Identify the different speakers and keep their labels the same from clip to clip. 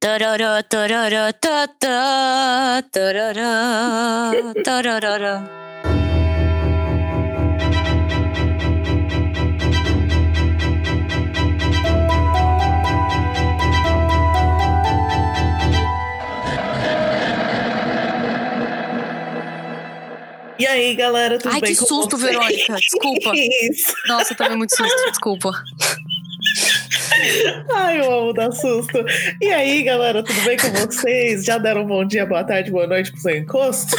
Speaker 1: Tororó, tororó, totó, tororó, tororó.
Speaker 2: E aí, galera, tudo
Speaker 1: Ai,
Speaker 2: bem
Speaker 1: que
Speaker 2: com
Speaker 1: susto,
Speaker 2: vocês?
Speaker 1: Verônica. Desculpa.
Speaker 2: Isso.
Speaker 1: Nossa, eu tomei muito susto, desculpa.
Speaker 2: Ai, eu amo dar susto. E aí, galera, tudo bem com vocês? Já deram um bom dia, boa tarde, boa noite pro seu encosto?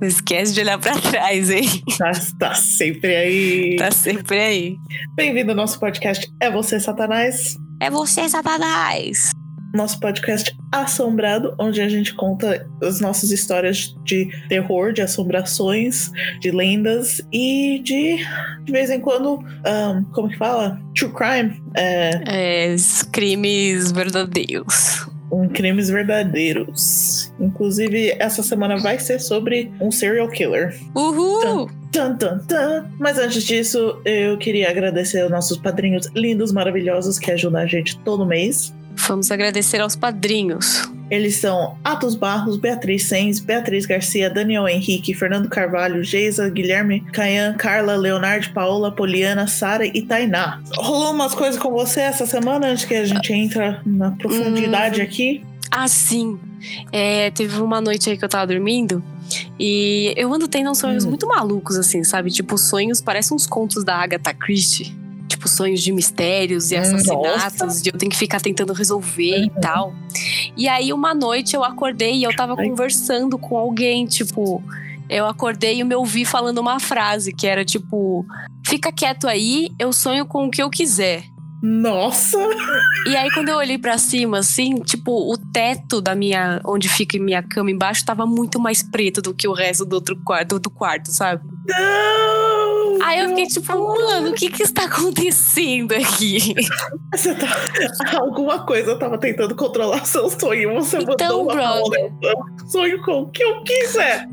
Speaker 1: Não esquece de olhar pra trás, hein?
Speaker 2: Tá, tá sempre aí.
Speaker 1: Tá sempre aí.
Speaker 2: Bem-vindo ao nosso podcast É Você, Satanás.
Speaker 1: É você, Satanás.
Speaker 2: Nosso podcast assombrado, onde a gente conta as nossas histórias de terror, de assombrações, de lendas e de, de vez em quando, ahn, como que fala? True crime. É,
Speaker 1: É, os crimes verdadeiros.
Speaker 2: um crimes verdadeiros. Inclusive, essa semana vai ser sobre um serial killer.
Speaker 1: Uhul!
Speaker 2: Tan, tan, tan. Mas antes disso, eu queria agradecer aos nossos padrinhos lindos, maravilhosos, que ajudam a gente todo mês.
Speaker 1: Vamos agradecer aos padrinhos.
Speaker 2: Eles são Atos Barros, Beatriz Sens, Beatriz Garcia, Daniel Henrique, Fernando Carvalho, Geisa, Guilherme, Caian, Carla, Leonardo, Paola, Poliana, Sara e Tainá. Rolou umas coisas com você essa semana antes que a gente entra na profundidade aqui?
Speaker 1: Ah, sim. É, teve uma noite aí que eu tava dormindo. E eu ando tendo uns sonhos
Speaker 2: Hum.
Speaker 1: muito malucos, assim, sabe? Tipo, sonhos parecem uns contos da Agatha Christie. Tipo, sonhos de mistérios e
Speaker 2: Hum,
Speaker 1: assassinatos.
Speaker 2: nossa. Uhum.
Speaker 1: E eu tenho que ficar tentando resolver e tal. E aí, uma noite, eu acordei e eu tava
Speaker 2: Ai.
Speaker 1: conversando com alguém, tipo... Eu acordei e me ouvi falando uma frase que era tipo: Fica quieto aí, eu sonho com o que eu quiser.
Speaker 2: Nossa!
Speaker 1: E aí, quando eu olhei pra cima, assim, tipo, o teto da minha. onde fica minha cama embaixo tava muito mais preto do que o resto do outro quarto, do quarto, sabe?
Speaker 2: Não!
Speaker 1: Aí eu fiquei tipo, mano, o que que está acontecendo aqui?
Speaker 2: Você tá... Alguma coisa eu tava tentando controlar seu sonho. Você
Speaker 1: Então,
Speaker 2: mandou uma
Speaker 1: brother.
Speaker 2: bola. Sonho com o que eu quiser.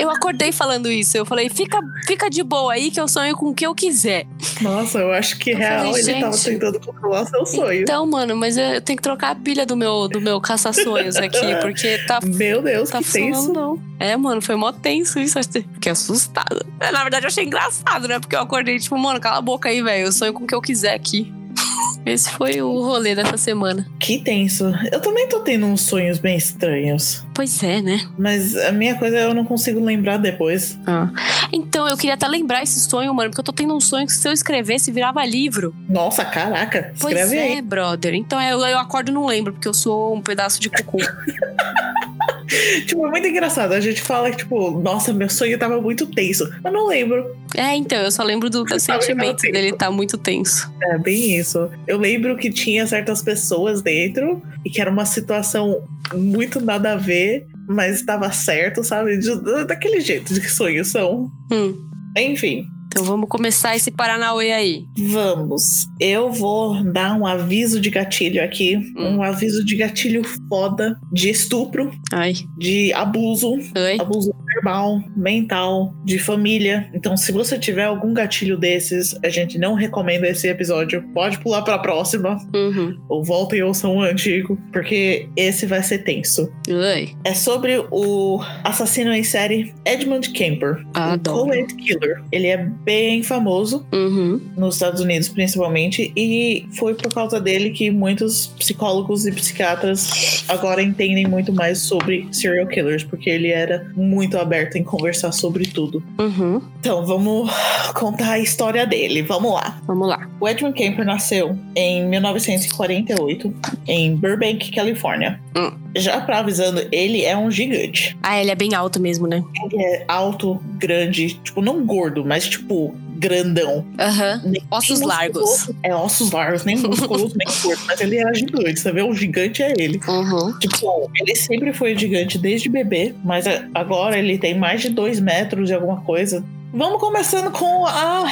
Speaker 1: Eu acordei falando isso. Eu falei, fica, fica de boa aí que eu sonho com o que eu quiser.
Speaker 2: Nossa, eu acho que
Speaker 1: Eu falei,
Speaker 2: real ele tava
Speaker 1: gente.
Speaker 2: tentando controlar seu sonho.
Speaker 1: Então, mano, mas eu, eu tenho que trocar a pilha do meu, do meu caça-sonhos aqui, porque tá.
Speaker 2: Meu Deus,
Speaker 1: Tá
Speaker 2: que tenso.
Speaker 1: funcionando, não. É, mano, foi mó tenso isso. eu Fiquei assustada. É, Na verdade, eu achei engraçado, né? Porque eu acordei, tipo, mano, cala a boca aí, velho. Eu sonho com o que eu quiser aqui. Esse foi o rolê dessa semana.
Speaker 2: Que tenso. Eu também tô tendo uns sonhos bem estranhos.
Speaker 1: Pois é, né?
Speaker 2: Mas a minha coisa eu não consigo lembrar depois.
Speaker 1: Então, eu queria até lembrar esse sonho, mano, porque eu tô tendo um sonho que se eu escrevesse, virava livro.
Speaker 2: Nossa, caraca.
Speaker 1: Pois
Speaker 2: Escreve
Speaker 1: é,
Speaker 2: aí.
Speaker 1: brother. Então, eu, eu acordo e não lembro, porque eu sou um pedaço de cocô.
Speaker 2: Tipo, é muito engraçado. A gente fala que, tipo, nossa, meu sonho tava muito tenso. Eu não lembro.
Speaker 1: é, então, eu só lembro do, do sentimento
Speaker 2: tenso.
Speaker 1: dele tá muito tenso.
Speaker 2: É bem isso. Eu lembro que tinha certas pessoas dentro e que era uma situação muito nada a ver, mas estava certo, sabe? De- da- daquele jeito de que sonhos são.
Speaker 1: Hum,
Speaker 2: Enfim,
Speaker 1: então, vamos começar esse Paranauê aí.
Speaker 2: vamos. Eu vou dar um aviso de gatilho aqui.
Speaker 1: Hum.
Speaker 2: Um aviso de gatilho foda de estupro,
Speaker 1: Ai,
Speaker 2: de abuso,
Speaker 1: ai.
Speaker 2: abuso verbal, mental, de família. Então, se você tiver algum gatilho desses, a gente não recomenda esse episódio. Pode pular pra próxima.
Speaker 1: Uhum.
Speaker 2: ou volta e ouça um antigo, porque esse vai ser tenso.
Speaker 1: Ai,
Speaker 2: É sobre o assassino em série Edmund Kemper, o
Speaker 1: adoro.
Speaker 2: Cold Killer. Ele é bem famoso
Speaker 1: Uhum.
Speaker 2: nos Estados Unidos, principalmente, e foi por causa dele que muitos psicólogos e psiquiatras agora entendem muito mais sobre serial killers, porque ele era muito aberto em conversar sobre tudo.
Speaker 1: Uhum.
Speaker 2: Então, vamos contar a história dele. Vamos lá.
Speaker 1: Vamos lá.
Speaker 2: O Edmund Kemper nasceu em 1948 em Burbank, Califórnia.
Speaker 1: Hum.
Speaker 2: Já pra avisando, ele é um gigante.
Speaker 1: Ah, ele é bem alto mesmo, né?
Speaker 2: Ele é alto, grande, tipo, não gordo, mas tipo, grandão.
Speaker 1: Aham.
Speaker 2: Nem
Speaker 1: Ossos
Speaker 2: musculoso.
Speaker 1: largos.
Speaker 2: É, ossos largos, nem musculoso, nem gordo, mas ele era gigante, sabe? O gigante é ele.
Speaker 1: Uhum.
Speaker 2: Tipo, ele sempre foi gigante desde bebê, mas a- agora ele tem mais de dois metros e alguma coisa. Vamos começando com a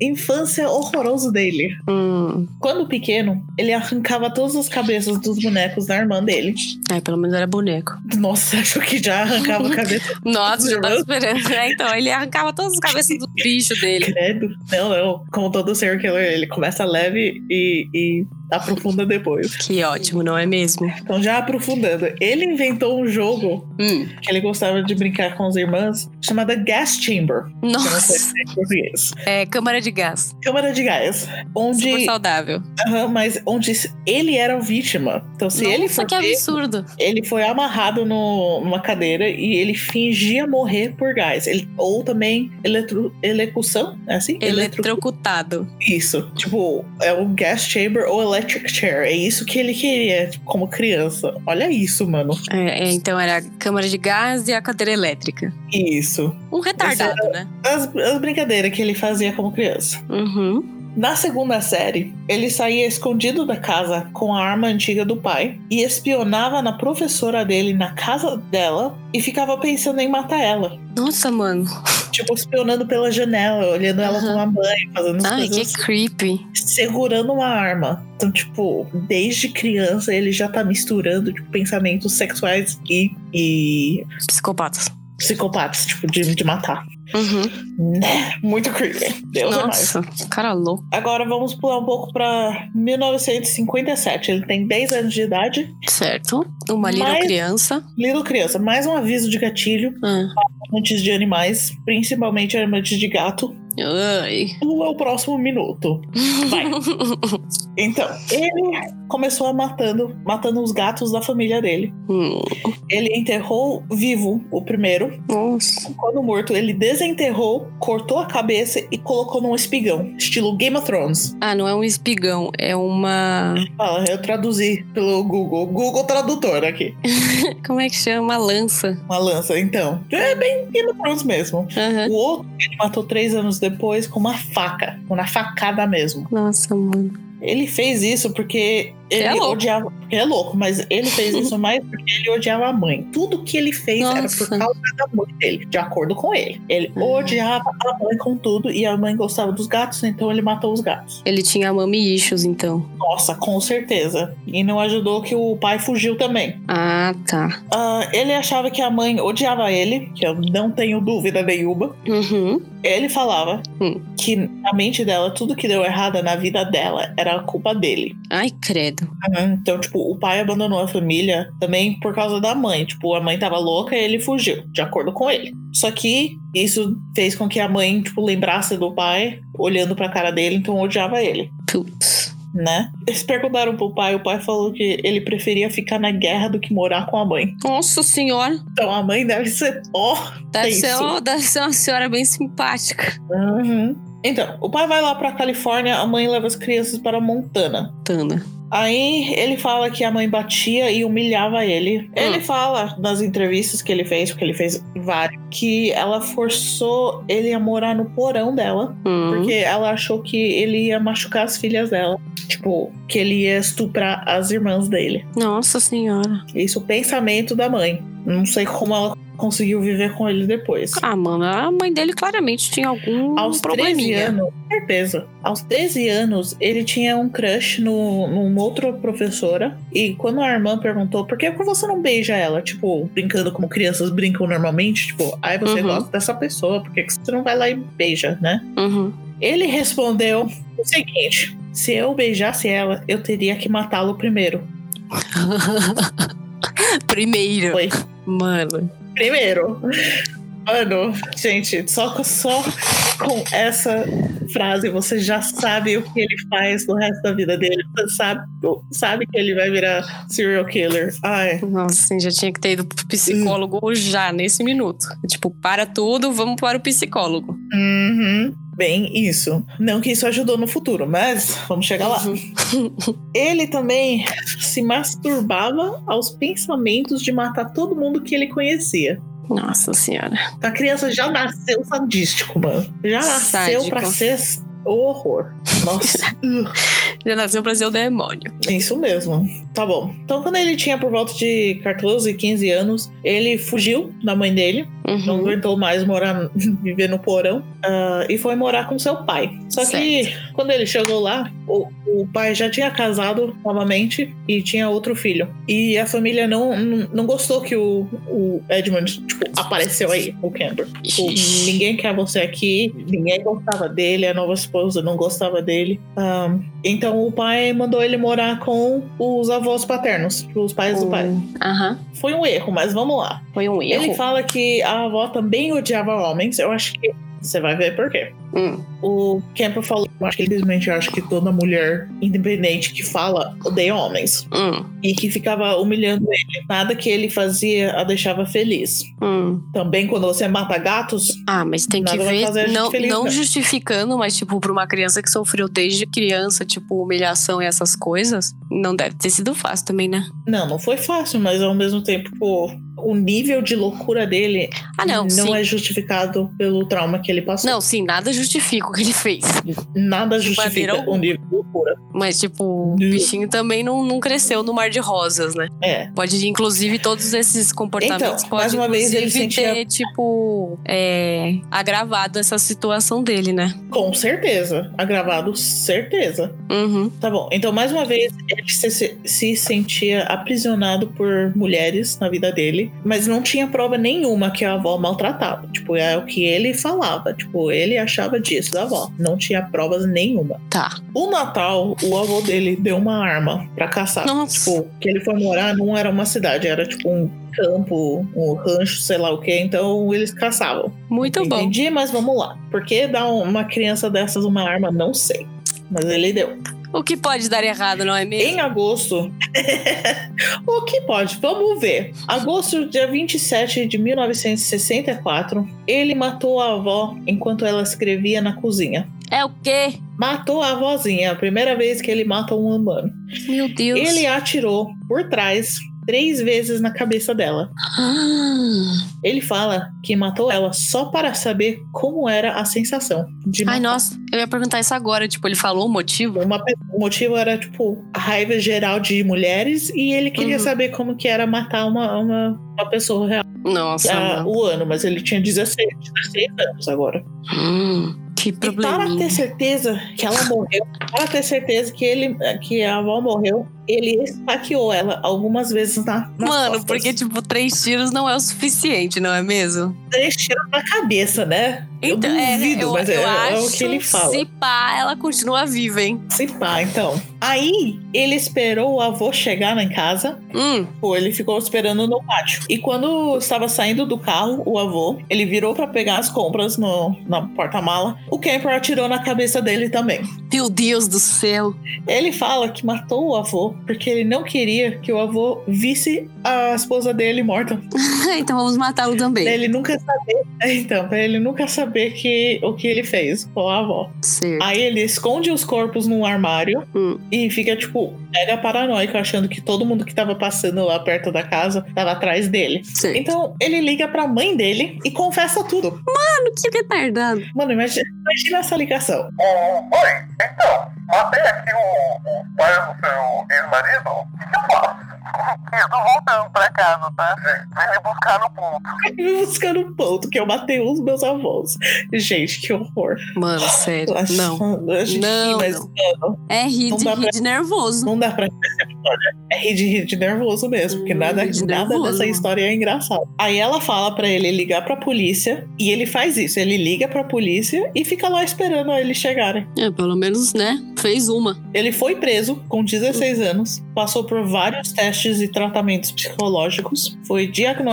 Speaker 2: infância horrorosa dele.
Speaker 1: Hum.
Speaker 2: Quando pequeno, ele arrancava todas as cabeças dos bonecos da irmã dele.
Speaker 1: Ai, pelo menos era boneco.
Speaker 2: Nossa, acho que já arrancava a cabeça
Speaker 1: Nossa, já tava esperando. né? então, ele arrancava todas as cabeças do bicho dele.
Speaker 2: credo. Não, não. Como todo serial killer, ele começa leve e, e Aprofunda depois.
Speaker 1: Que ótimo, não é mesmo?
Speaker 2: Então, já aprofundando, ele inventou um jogo
Speaker 1: Hum.
Speaker 2: que ele gostava de brincar com as irmãs, chamada Gas Chamber. que eu não sei
Speaker 1: Nossa.
Speaker 2: se é em português.
Speaker 1: É, câmara de gás.
Speaker 2: Câmara de gás. Onde.
Speaker 1: Super saudável.
Speaker 2: Aham, mas onde ele era o vítima. Então, se ele
Speaker 1: Nossa,
Speaker 2: for
Speaker 1: que
Speaker 2: pego,
Speaker 1: absurdo.
Speaker 2: ele foi amarrado no- numa cadeira e ele fingia morrer por gás. Ele, ou também eletro, elecução, é assim? Eletro-
Speaker 1: Eletrocutado.
Speaker 2: Isso. Tipo, é um gas chamber ou electric chair. É isso que ele queria, tipo, como criança. Olha isso, mano.
Speaker 1: É, é, então era a câmara de gás e a cadeira elétrica.
Speaker 2: Isso.
Speaker 1: Um retardado, né?
Speaker 2: As, as brincadeiras que ele fazia como criança.
Speaker 1: Uhum.
Speaker 2: Na segunda série, ele saía escondido da casa com a arma antiga do pai e espionava na professora dele na casa dela e ficava pensando em matar ela.
Speaker 1: Nossa, mano.
Speaker 2: Tipo, espionando pela janela, olhando ela
Speaker 1: Aham.
Speaker 2: tomar banho, fazendo as
Speaker 1: Ai, que
Speaker 2: coisas,
Speaker 1: creepy.
Speaker 2: segurando uma arma. Então, tipo, desde criança ele já tá misturando tipo, pensamentos sexuais e, e
Speaker 1: Psicopatas.
Speaker 2: psicopatas, tipo, de, de matar.
Speaker 1: Uhum.
Speaker 2: Né? Muito creepy. Deus é mais.
Speaker 1: Nossa, cara louco.
Speaker 2: Agora vamos pular um pouco pra 1957. Ele tem 10 anos de idade,
Speaker 1: Certo. Uma little
Speaker 2: Mas-
Speaker 1: criança.
Speaker 2: little criança. Mais um aviso de gatilho,
Speaker 1: Ah.
Speaker 2: amantes de animais, principalmente amantes de gato.
Speaker 1: Ai.
Speaker 2: Tu é o próximo minuto. Vai. Então, ele começou matando, matando os gatos da família dele.
Speaker 1: Hum.
Speaker 2: Ele enterrou vivo o primeiro.
Speaker 1: Nossa.
Speaker 2: Quando morto, ele desenterrou, cortou a cabeça e colocou num espigão, estilo Game of Thrones.
Speaker 1: Ah, não é um espigão, é uma.
Speaker 2: Fala, eu traduzi pelo Google, Google Tradutor aqui.
Speaker 1: Como é que chama? Lança.
Speaker 2: Uma lança, então. É bem Game of Thrones mesmo.
Speaker 1: Aham.
Speaker 2: O outro, ele matou três anos depois com uma faca, com uma facada mesmo.
Speaker 1: Nossa, mano.
Speaker 2: Ele fez isso porque ele
Speaker 1: é louco.
Speaker 2: odiava. É louco, mas ele fez isso mais porque ele odiava a mãe. Tudo que ele fez era por
Speaker 1: Nossa.
Speaker 2: causa da mãe dele, de acordo com ele. Ele
Speaker 1: Ah.
Speaker 2: odiava a mãe com tudo e a mãe gostava dos gatos, então ele matou os gatos.
Speaker 1: Ele tinha mami issues, então.
Speaker 2: Nossa, com certeza. E não ajudou que o pai fugiu também.
Speaker 1: Ah, tá.
Speaker 2: Ah, ele achava que a mãe odiava ele, que eu não tenho dúvida nenhuma.
Speaker 1: Uhum.
Speaker 2: Ele falava
Speaker 1: Hum.
Speaker 2: que na mente dela, tudo que deu errado na vida dela era a culpa dele.
Speaker 1: Ai, credo.
Speaker 2: Aham, Então, tipo, o pai abandonou a família também por causa da mãe. Tipo, a mãe tava louca e ele fugiu, de acordo com ele. Só que isso fez com que a mãe, tipo, lembrasse do pai, olhando pra cara dele, então odiava ele,
Speaker 1: Putz.
Speaker 2: né? Eles perguntaram pro pai, o pai falou que ele preferia ficar na guerra do que morar com a mãe.
Speaker 1: Nossa senhora.
Speaker 2: Então a mãe deve ser ó.
Speaker 1: Deve
Speaker 2: Tem
Speaker 1: ser,
Speaker 2: sim.
Speaker 1: uma, deve ser uma senhora bem simpática.
Speaker 2: Uhum. Então, o pai vai lá pra Califórnia, a mãe leva as crianças para Montana.
Speaker 1: Tana.
Speaker 2: Aí ele fala que a mãe batia e humilhava ele. Ele fala nas entrevistas que ele fez, porque ele fez várias, que ela forçou ele a morar no porão dela,
Speaker 1: Hum.
Speaker 2: porque ela achou que ele ia machucar as filhas dela. Tipo, que ele ia estuprar as irmãs dele.
Speaker 1: Nossa senhora.
Speaker 2: Isso, o pensamento da mãe. Não sei como ela conseguiu viver com ele depois.
Speaker 1: Ah, mano, a mãe dele claramente tinha algum Um
Speaker 2: Aos 13
Speaker 1: probleminha.
Speaker 2: anos, com certeza. Aos 13 anos, ele tinha um crush no, numa outra professora. E quando a irmã perguntou por que você não beija ela, tipo, brincando como crianças brincam normalmente, tipo, ai, você
Speaker 1: Uhum.
Speaker 2: gosta dessa pessoa, por que que você não vai lá e beija, né?
Speaker 1: Uhum.
Speaker 2: Ele respondeu o seguinte: se eu beijasse ela, eu teria que matá-lo primeiro.
Speaker 1: Primeiro.
Speaker 2: Foi.
Speaker 1: Mano.
Speaker 2: Primeiro. Mano, gente, só, só com essa frase você já sabe o que ele faz no resto da vida dele. Você sabe, sabe que ele vai virar serial killer. Ai,
Speaker 1: Nossa, assim, já tinha que ter ido pro psicólogo já nesse minuto. Tipo, para tudo, vamos para o psicólogo.
Speaker 2: uhum, bem isso. Não que isso ajudou no futuro, mas vamos chegar lá.
Speaker 1: Uhum.
Speaker 2: Ele também se masturbava aos pensamentos de matar todo mundo que ele conhecia.
Speaker 1: Nossa senhora.
Speaker 2: A criança já nasceu sadístico, mano. Já nasceu
Speaker 1: Sádico.
Speaker 2: pra ser horror. Nossa. Ugh.
Speaker 1: Já nasceu pra ser o demônio.
Speaker 2: É Isso mesmo. Tá bom. Então, quando ele tinha por volta de 14, 15 anos, ele fugiu da mãe dele,
Speaker 1: Uhum.
Speaker 2: não aguentou mais morar, viver no porão, ah, e foi morar com seu pai. Só que, quando ele chegou lá, o, o pai já tinha casado novamente e tinha outro filho. E a família não, não, não gostou que o, o Edmund tipo, apareceu aí, o Campbell. Tipo,
Speaker 1: Ixi.
Speaker 2: ninguém quer você aqui, ninguém gostava dele, a nova esposa não gostava dele. Ahn, então Então o pai mandou ele morar com os avós paternos, os pais do pai.
Speaker 1: Aham.
Speaker 2: Foi um erro, mas vamos lá.
Speaker 1: Foi um Hum. erro.
Speaker 2: Ele fala que a avó também odiava homens. Eu acho que você vai ver por quê.
Speaker 1: Hum.
Speaker 2: O Campbell falou, eu acho que simplesmente acho que toda mulher independente que fala odeia homens
Speaker 1: Hum.
Speaker 2: e que ficava humilhando ele. Nada que ele fazia a deixava feliz.
Speaker 1: Hum.
Speaker 2: Também quando você mata gatos,
Speaker 1: Ah, mas tem que
Speaker 2: Nada vai fazer a
Speaker 1: ver,
Speaker 2: gente
Speaker 1: não,
Speaker 2: feliz,
Speaker 1: não
Speaker 2: né?
Speaker 1: justificando, mas tipo, pra uma criança que sofreu desde criança, tipo, humilhação e essas coisas, não deve ter sido fácil também, né?
Speaker 2: não, não foi fácil, mas ao mesmo tempo, pô, o nível de loucura dele
Speaker 1: Ah, não, sim.
Speaker 2: é justificado pelo trauma que ele passou.
Speaker 1: Não, Tipo, sim, nada justifica o que ele fez.
Speaker 2: Nada
Speaker 1: maneira
Speaker 2: justifica o
Speaker 1: alguma.
Speaker 2: nível de loucura.
Speaker 1: Mas, tipo, o
Speaker 2: Não.
Speaker 1: bichinho também não, não cresceu no mar de rosas, né?
Speaker 2: É.
Speaker 1: Pode, inclusive, todos esses comportamentos
Speaker 2: Então,
Speaker 1: pode,
Speaker 2: mais uma vez, ele
Speaker 1: inclusive,
Speaker 2: sentia-
Speaker 1: ter, tipo, é, agravado essa situação dele, né?
Speaker 2: Com certeza. Agravado, certeza.
Speaker 1: Uhum.
Speaker 2: Tá bom. Então, mais uma vez, ele se, se- se sentia aprisionado por mulheres na vida dele, mas não tinha prova nenhuma que a avó maltratava. Tipo, é o que ele falava. Tipo, ele achava disso da avó. Não tinha provas nenhuma.
Speaker 1: Tá.
Speaker 2: O Natal, o avô dele deu uma arma pra caçar.
Speaker 1: Nossa.
Speaker 2: Tipo, que ele foi morar não era uma cidade, era tipo um campo, um rancho, sei lá o que. Então, eles caçavam.
Speaker 1: Muito
Speaker 2: Não
Speaker 1: Tá bom.
Speaker 2: Entendi, mas vamos lá. Por que dar um, uma criança dessas uma arma? Não sei. Mas ele deu.
Speaker 1: O que pode dar errado, não é mesmo?
Speaker 2: Em agosto. o que pode? Vamos ver. Agosto, dia 27 de 1964, ele matou a avó enquanto ela escrevia na cozinha.
Speaker 1: É o quê?
Speaker 2: Matou a avózinha, a primeira vez que ele mata um humano.
Speaker 1: Meu Deus.
Speaker 2: Ele é atirou por trás três vezes na cabeça dela.
Speaker 1: Ah.
Speaker 2: Ele fala que matou ela só para saber como era a sensação de
Speaker 1: Ai,
Speaker 2: matar.
Speaker 1: nossa, eu ia perguntar isso agora. Tipo, ele falou o motivo?
Speaker 2: Uma pe- o motivo era, tipo, a raiva geral de mulheres e ele queria
Speaker 1: Uhum.
Speaker 2: saber como que era matar uma, uma, uma pessoa real.
Speaker 1: Nossa,
Speaker 2: Ah,
Speaker 1: mano.
Speaker 2: o ano, mas ele tinha 16, 16 anos agora.
Speaker 1: Hum, que
Speaker 2: E para ter
Speaker 1: probleminha.
Speaker 2: certeza que ela morreu, para ter certeza que, ele, que a avó morreu, ele esfaqueou ela algumas vezes na. nas
Speaker 1: Mano,
Speaker 2: costas.
Speaker 1: porque, tipo, três tiros não é o suficiente, não é mesmo?
Speaker 2: Três tiros na cabeça, né?
Speaker 1: Então,
Speaker 2: eu
Speaker 1: é,
Speaker 2: duvido,
Speaker 1: eu,
Speaker 2: mas é,
Speaker 1: eu
Speaker 2: é
Speaker 1: acho
Speaker 2: o que ele fala.
Speaker 1: Se pá, ela continua viva, hein?
Speaker 2: Se pá, então. Aí, ele esperou o avô chegar lá em casa
Speaker 1: Hum,
Speaker 2: Pô, ele ficou esperando no pátio. E quando estava saindo do carro, o avô, ele virou para pegar as compras no, na porta-mala. O Camper atirou na cabeça dele também.
Speaker 1: meu Deus do céu.
Speaker 2: Ele fala que matou o avô porque ele não queria que o avô visse a esposa dele morta.
Speaker 1: então vamos matá-lo também.
Speaker 2: Pra ele nunca saber. Então, pra ele nunca saber que, o que ele fez com a avó.
Speaker 1: Certo.
Speaker 2: Aí ele esconde os corpos num armário
Speaker 1: Hum.
Speaker 2: e fica, tipo, mega paranoico, achando que todo mundo que tava passando lá perto da casa tava atrás dele.
Speaker 1: Certo.
Speaker 2: Então ele liga pra mãe dele e confessa tudo.
Speaker 1: Mano, que retardado.
Speaker 2: Mano, imagina, imagina essa ligação.
Speaker 3: Oi, então, matei aqui o, o pai do seu ex-marido. O que eu faço? Eu tô voltando pra casa, tá? Vem me buscar no ponto.
Speaker 2: E me buscando um ponto que eu matei os meus avós. Gente, que horror.
Speaker 1: Mano, sério.
Speaker 2: Acho-
Speaker 1: Não.
Speaker 2: a gente
Speaker 1: Não,
Speaker 2: ri, mas
Speaker 1: não. É rir
Speaker 2: Não
Speaker 1: de,
Speaker 2: dá pra-
Speaker 1: rir de nervoso.
Speaker 2: não dá pra rir dessa história. É rir de rir de nervoso mesmo, porque
Speaker 1: Hum,
Speaker 2: nada,
Speaker 1: rir de
Speaker 2: nada
Speaker 1: nervoso.
Speaker 2: dessa história é engraçado. Aí ela fala pra ele ligar pra polícia e ele faz isso. Ele liga pra polícia e fica lá esperando eles chegarem.
Speaker 1: É, pelo menos, né? Fez uma.
Speaker 2: Ele foi preso com 16 anos, passou por vários testes e tratamentos psicológicos, foi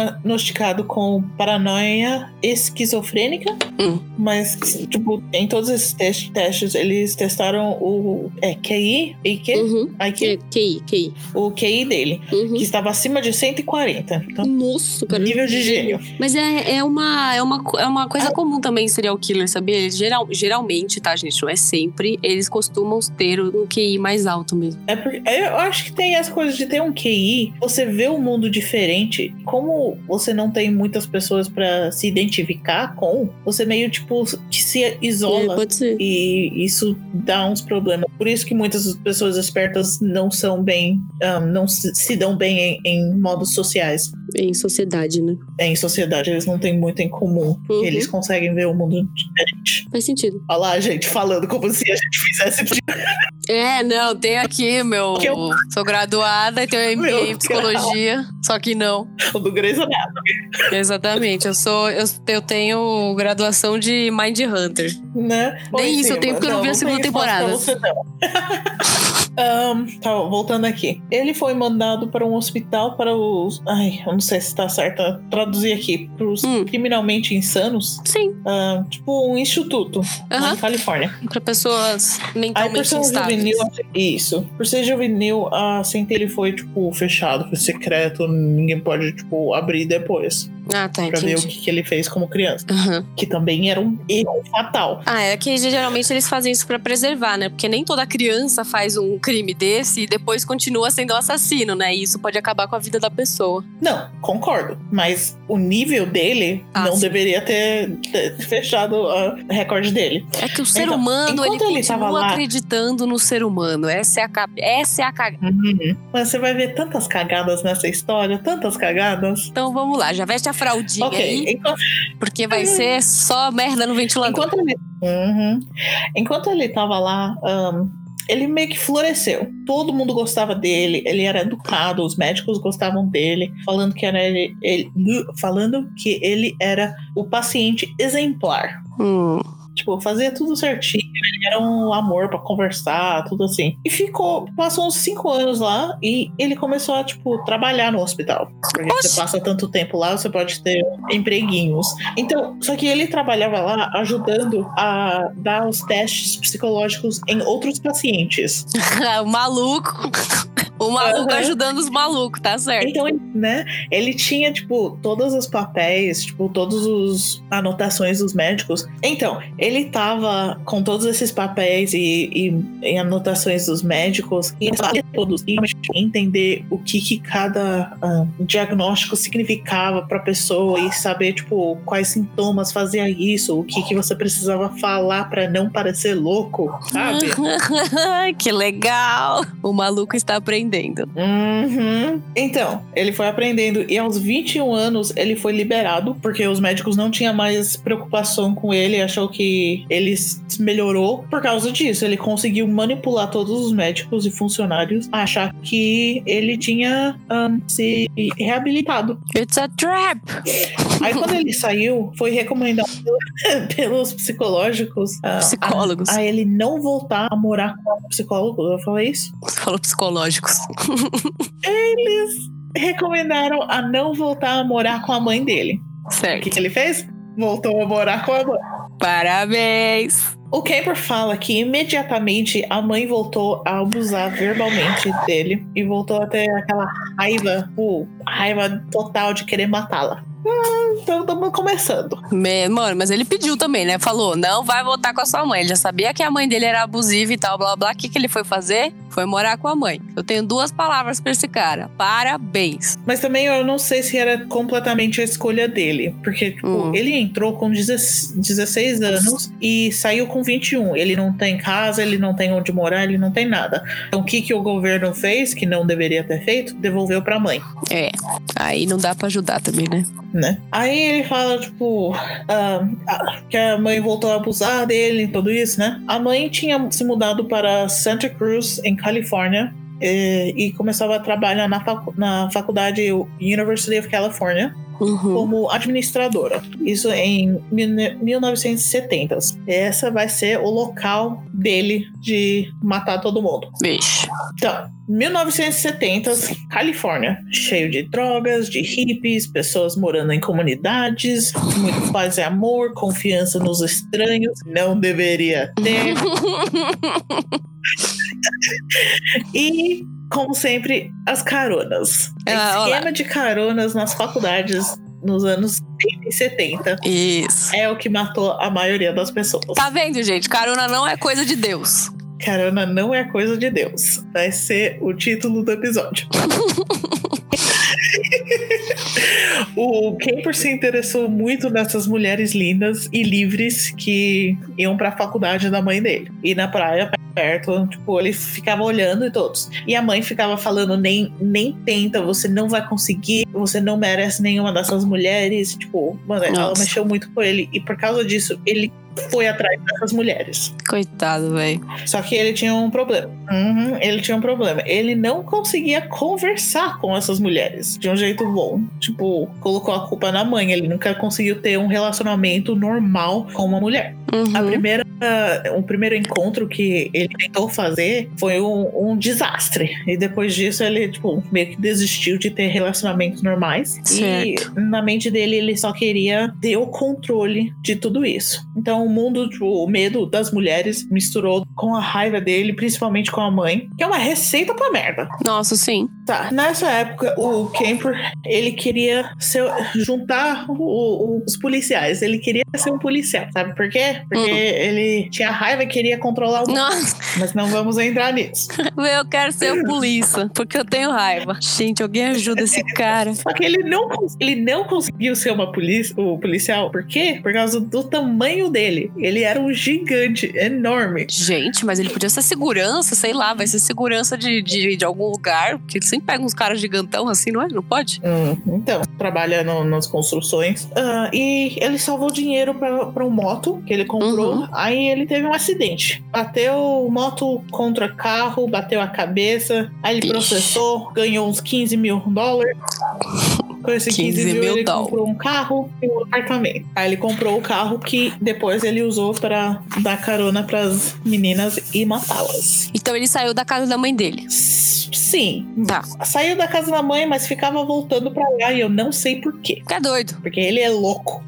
Speaker 2: diagnosticado com paranoia esquizofrênica,
Speaker 1: Hum.
Speaker 2: mas, tipo, em todos esses tes- testes, eles testaram o é, QI, e que?
Speaker 1: Uhum.
Speaker 2: IQ,
Speaker 1: É, QI, QI.
Speaker 2: o QI dele, que
Speaker 1: Uhum.
Speaker 2: estava acima de 140. Então,
Speaker 1: Nossa, cara.
Speaker 2: nível de gênio.
Speaker 1: Mas é, é, uma, é, uma, co- é uma
Speaker 2: Ah.
Speaker 1: coisa comum também serial killer, sabia? Eles geral, geralmente, tá, gente? Não é sempre. Eles costumam ter um QI mais alto mesmo.
Speaker 2: É porque eu acho que tem as coisas de ter um QI, você vê um mundo diferente. Como você não tem muitas pessoas pra se identificar com, você meio tipo que se
Speaker 1: É,
Speaker 2: isola.
Speaker 1: pode ser.
Speaker 2: E isso dá uns problemas. Por isso que muitas pessoas espertas não são bem. ahn, não se, se dão bem em, em modos sociais.
Speaker 4: em sociedade, né?
Speaker 2: É, em sociedade eles não têm muito em comum.
Speaker 4: Uhum.
Speaker 2: Eles conseguem ver o mundo diferente.
Speaker 4: Faz sentido.
Speaker 2: Olha lá, gente, falando como se a gente fizesse
Speaker 1: É, não, tem aqui meu.
Speaker 2: Que eu-
Speaker 1: Sou graduada e tenho MBA em
Speaker 2: Meu
Speaker 1: psicologia. Só que não.
Speaker 2: o do Grey's Anatomy.
Speaker 1: Exatamente. Eu sou. Eu, eu tenho graduação de Mind Hunter.
Speaker 2: Né?
Speaker 1: Nem isso eu tenho, porque eu não vi a segunda
Speaker 2: tem espaço pra
Speaker 1: temporada.
Speaker 2: você, não. Ahn, tá, voltando aqui. Ele foi mandado para um hospital para os. Ai, eu não sei se tá certo traduzir aqui. Para os
Speaker 1: Hum.
Speaker 2: criminalmente insanos.
Speaker 1: Sim.
Speaker 2: Ahn, tipo um instituto
Speaker 1: Aham.
Speaker 2: na Califórnia.
Speaker 1: Pra pessoas
Speaker 2: Aí, por
Speaker 1: mentalmente
Speaker 2: ser um juvenil,
Speaker 1: instáveis.
Speaker 2: isso. Por ser juvenil, a centelha foi, tipo, fechado, foi secreto, ninguém pode, tipo, abrir depois.
Speaker 1: Ah, tá,
Speaker 2: Pra ver o
Speaker 1: entendi.
Speaker 2: que, que ele fez como criança.
Speaker 1: Aham.
Speaker 2: Que também era um erro fatal.
Speaker 1: Ah, é que geralmente eles fazem isso pra preservar, né? Porque nem toda criança faz um crime desse e depois continua sendo assassino, né? E isso pode acabar com a vida da pessoa.
Speaker 2: Não, concordo. Mas o nível dele
Speaker 1: Ah,
Speaker 2: não
Speaker 1: sim.
Speaker 2: deveria ter, ter fechado o recorde dele.
Speaker 1: É que o ser
Speaker 2: Então,
Speaker 1: humano, ele
Speaker 2: enquanto
Speaker 1: continua
Speaker 2: ele tava lá-
Speaker 1: acreditando no ser humano. Essa é a, ca- essa é a cagada.
Speaker 2: Mas você vai ver tantas cagadas nessa história, tantas cagadas.
Speaker 1: Então vamos lá, já veste a fraldinha
Speaker 2: Ok,
Speaker 1: aí,
Speaker 2: enquanto
Speaker 1: porque vai ser só merda no ventilador.
Speaker 2: Enquanto ele, Uhum. Enquanto ele tava lá, ahn, ele meio que floresceu. Todo mundo gostava dele, ele era educado, os médicos gostavam dele, falando que era ele, ele- falando que ele era o paciente exemplar.
Speaker 1: Hum,
Speaker 2: Tipo, fazia tudo certinho, ele era um amor pra conversar, tudo assim. E ficou, passou uns cinco anos lá e ele começou a, tipo, trabalhar no hospital. Porque
Speaker 1: Oxi.
Speaker 2: você passa tanto tempo lá, você pode ter empreguinhos. Então, só que ele trabalhava lá ajudando a dar os testes psicológicos em outros pacientes.
Speaker 1: o maluco. O maluco
Speaker 2: Aham.
Speaker 1: ajudando os malucos, tá certo?
Speaker 2: Então, ele, né, ele tinha, tipo, todos os papéis, tipo, todas as anotações dos médicos. Então, ele tava com todos esses papéis e, e- e anotações dos médicos e saber todos e entender o que, que cada ah, diagnóstico significava pra pessoa e saber, tipo, quais sintomas fazia isso, o que, que você precisava falar pra não parecer louco, sabe?
Speaker 1: que legal! O maluco está aprendendo.
Speaker 2: Uhum. Então, ele foi aprendendo e aos 21 anos ele foi liberado, porque os médicos não tinham mais preocupação com ele, achou que ele s- melhorou por causa disso. Ele conseguiu manipular todos os médicos e funcionários a achar que ele tinha ahn, se reabilitado.
Speaker 1: It's a trap!
Speaker 2: Aí quando ele saiu, foi recomendado pelos psicológicos ah,
Speaker 1: Psicólogos.
Speaker 2: a, a ele não voltar a morar com psicólogos. Eu falei isso?
Speaker 1: Você falou psicológicos.
Speaker 2: eles recomendaram a não voltar a morar com a mãe dele. O que,
Speaker 1: Certo.
Speaker 2: que ele fez? Voltou a morar com a mãe.
Speaker 1: Parabéns!
Speaker 2: O Camper fala que imediatamente a mãe voltou a abusar verbalmente dele e voltou a ter aquela raiva, pô, raiva total de querer matá-la. Hum, então estamos começando.
Speaker 1: Me- Mano, mas ele pediu também, né? Falou, não vai voltar com a sua mãe. Ele já sabia que a mãe dele era abusiva e tal, blá blá. blá. O que, que ele foi fazer? Foi morar com a mãe. Eu tenho duas palavras pra esse cara: parabéns.
Speaker 2: Mas também eu não sei se era completamente a escolha dele. Porque, tipo,
Speaker 1: Hum.
Speaker 2: ele entrou com 16 16 anos e saiu com 21. Ele não tem casa, ele não tem onde morar, ele não tem nada. Então, o que, que o governo fez, que não deveria ter feito, devolveu pra mãe,
Speaker 1: É, aí não dá pra ajudar também, né?
Speaker 2: né? Aí ele fala, tipo, ah, ah, que a mãe voltou a abusar dele e tudo isso, né? A mãe tinha se mudado para Santa Cruz, em Califórnia. eh, E, começava a trabalhar na, facu- na faculdade University of California
Speaker 1: Uhum.
Speaker 2: como administradora. Isso em 1970. Essa vai ser o local dele de matar todo mundo.
Speaker 1: Vixe.
Speaker 2: Então, 1970, Califórnia, cheio de drogas, de hippies, pessoas morando em comunidades, muito paz e amor, confiança nos estranhos, não deveria ter. E, como sempre, as caronas.
Speaker 1: Ah, olá.
Speaker 2: Esquema de caronas nas faculdades nos anos 60 e 70
Speaker 1: Isso.
Speaker 2: é o que matou a maioria das pessoas.
Speaker 1: Tá vendo, gente? Carona não é coisa de Deus.
Speaker 2: Carona não é coisa de Deus. Vai ser o título do episódio. o Camper se interessou muito nessas mulheres lindas e livres que iam pra faculdade da mãe dele. E na praia perto. Tipo, ele ficava olhando e todos. E a mãe ficava falando: nem, nem tenta, você não vai conseguir, você não merece nenhuma dessas mulheres. Tipo, mano, ela
Speaker 1: Nossa.
Speaker 2: mexeu muito com ele. E por causa disso, ele foi atrás dessas mulheres.
Speaker 1: Coitado, velho.
Speaker 2: Só que ele tinha um problema. Uhum, ele tinha um problema. Ele não conseguia conversar com essas mulheres de um jeito bom. Tipo, colocou a culpa na mãe. Ele nunca conseguiu ter um relacionamento normal com uma mulher. A
Speaker 1: Uhum.
Speaker 2: primeira, o primeiro encontro que ele tentou fazer foi um, um desastre. E depois disso, ele, tipo, meio que desistiu de ter relacionamentos normais.
Speaker 1: Certo.
Speaker 2: E na mente dele, ele só queria ter o controle de tudo isso. Então, o mundo, tipo, o medo das mulheres misturou com a raiva dele, principalmente com a mãe, que é uma receita pra merda.
Speaker 1: Nossa, sim.
Speaker 2: Tá. Nessa época, o Kemper, ele queria ser, juntar o- o- os policiais. Ele queria ser um policial, sabe por quê? Porque
Speaker 1: Hum.
Speaker 2: ele tinha raiva e queria controlar o mundo.
Speaker 1: Nossa,
Speaker 2: Mas não vamos entrar nisso.
Speaker 1: eu quero ser polícia, porque eu tenho raiva. Gente, alguém ajuda esse cara.
Speaker 2: Só que ele não, cons- ele não conseguiu ser uma polícia, o policial. Por quê? Por causa do tamanho dele. Ele era um gigante enorme.
Speaker 1: Gente, mas ele podia ser segurança, sei lá, vai ser segurança de, de, de algum lugar, porque ele sempre pega uns caras gigantão assim, não é? Não pode?
Speaker 2: Hum,
Speaker 1: Uhum.
Speaker 2: então, trabalha no- nas construções. Ah, e ele salvou dinheiro pra pra um moto que ele comprou.
Speaker 1: Uhum.
Speaker 2: Aí ele teve um acidente. Bateu moto contra carro, bateu a cabeça. Aí ele
Speaker 1: Vixe.
Speaker 2: processou, ganhou uns 15 mil dólares. Com esse 15,
Speaker 1: 15
Speaker 2: mil,
Speaker 1: mil
Speaker 2: ele
Speaker 1: dólar.
Speaker 2: comprou um carro e um apartamento. Aí ele comprou o carro que depois ele usou pra dar carona pras meninas e matá-las.
Speaker 1: Então ele saiu da casa da mãe dele.
Speaker 2: S- Sim.
Speaker 1: Tá.
Speaker 2: Saiu da casa da mãe, mas ficava voltando pra lá e eu não sei porquê.
Speaker 1: Fica doido.
Speaker 2: Porque ele é louco.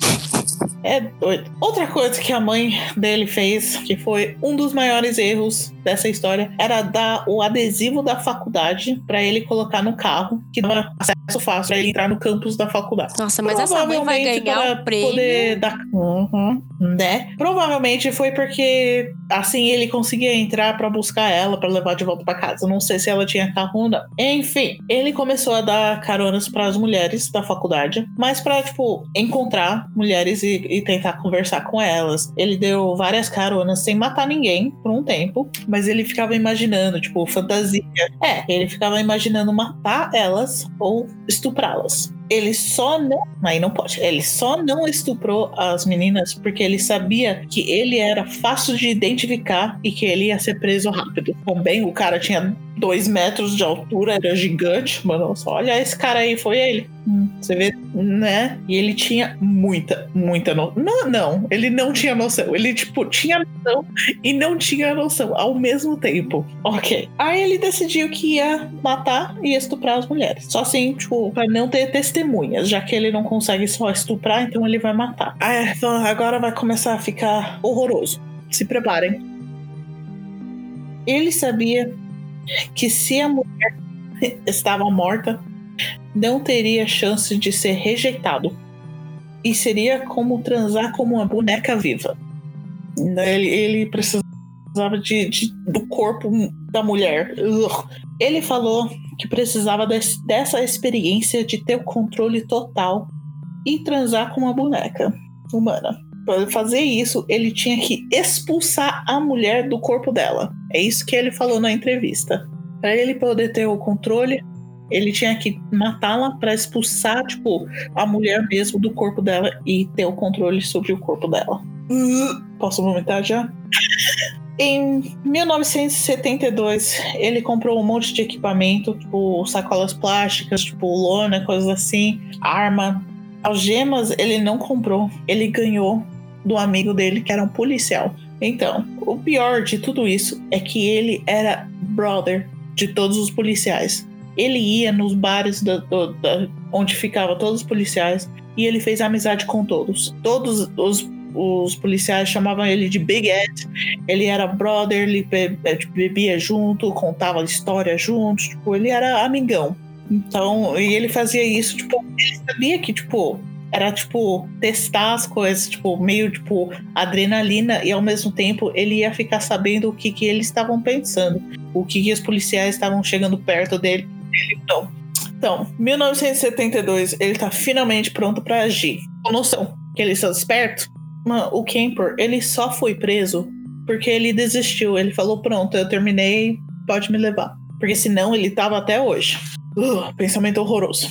Speaker 2: É doido. Outra coisa que a mãe dele fez, que foi um dos maiores erros dessa história, era dar o adesivo da faculdade pra ele colocar no carro, que dava acesso fácil pra ele entrar no campus da faculdade.
Speaker 1: Nossa, mas essa mãe vai
Speaker 2: Provavelmente
Speaker 1: ganhar
Speaker 2: pra
Speaker 1: o prêmio.
Speaker 2: Poder dar... Uhum, né? Provavelmente foi porque assim ele conseguia entrar pra buscar ela pra levar de volta pra casa. Não sei se ela tinha carro ou não. Enfim, ele começou a dar caronas pras mulheres da faculdade, mas pra tipo encontrar mulheres e, e tentar conversar com elas. Ele deu várias caronas sem matar ninguém por um tempo, mas ele ficava imaginando, tipo, fantasia. É, ele ficava imaginando matar elas ou estuprá-las. Ele só não Aí não pode. Ele só não estuprou as meninas porque ele sabia que ele era fácil de identificar e que ele ia ser preso rápido. Também o cara tinha dois metros de altura, era gigante, mano. Só olha esse cara aí, foi ele. Hum, Você vê, né? E ele tinha muita, muita noção. Não, não, ele não tinha noção. Ele, tipo, tinha noção e não tinha noção ao mesmo tempo. Ok. Aí ele decidiu que ia matar e estuprar as mulheres. Só assim, tipo, pra não ter testemunhas, já que ele não consegue só estuprar, então ele vai matar. Aí, então, agora vai começar a ficar horroroso. Se preparem. Ele sabia que se a mulher estava morta, não teria chance de ser rejeitado. E seria como transar como uma boneca viva. Né? Ele, ele precisava de, de- do corpo da mulher. Ugh. Ele falou que precisava des- dessa experiência de ter o controle total e transar com uma boneca humana. Para fazer isso, ele tinha que expulsar a mulher do corpo dela. É isso que ele falou na entrevista. Para ele poder ter o controle, ele tinha que matá-la para expulsar, tipo, a mulher mesmo do corpo dela e ter o controle sobre o corpo dela. Posso vomitar já? Em 1972, ele comprou um monte de equipamento, tipo sacolas plásticas, tipo lona, coisas assim, arma. Algemas ele não comprou, ele ganhou do amigo dele, que era um policial. Então, o pior de tudo isso é que ele era brother de todos os policiais. Ele ia nos bares da- do- da- onde ficavam todos os policiais e ele fez amizade com todos. Todos os, os policiais chamavam ele de Big Ed ele era brother, ele be- be- tipo, bebia junto, contava história junto, tipo, ele era amigão. Então, e ele fazia isso, tipo, ele sabia que, tipo, era, tipo, testar as coisas, tipo, meio, tipo, adrenalina, e ao mesmo tempo ele ia ficar sabendo o que que eles estavam pensando, o que que os policiais estavam chegando perto dele. dele, Então, então 1972, ele tá finalmente pronto para agir. Com noção que eles são espertos, mano, o Kemper, ele só foi preso porque ele desistiu. Ele falou: pronto, eu terminei, pode me levar. Porque senão ele tava até hoje. Uh, pensamento horroroso.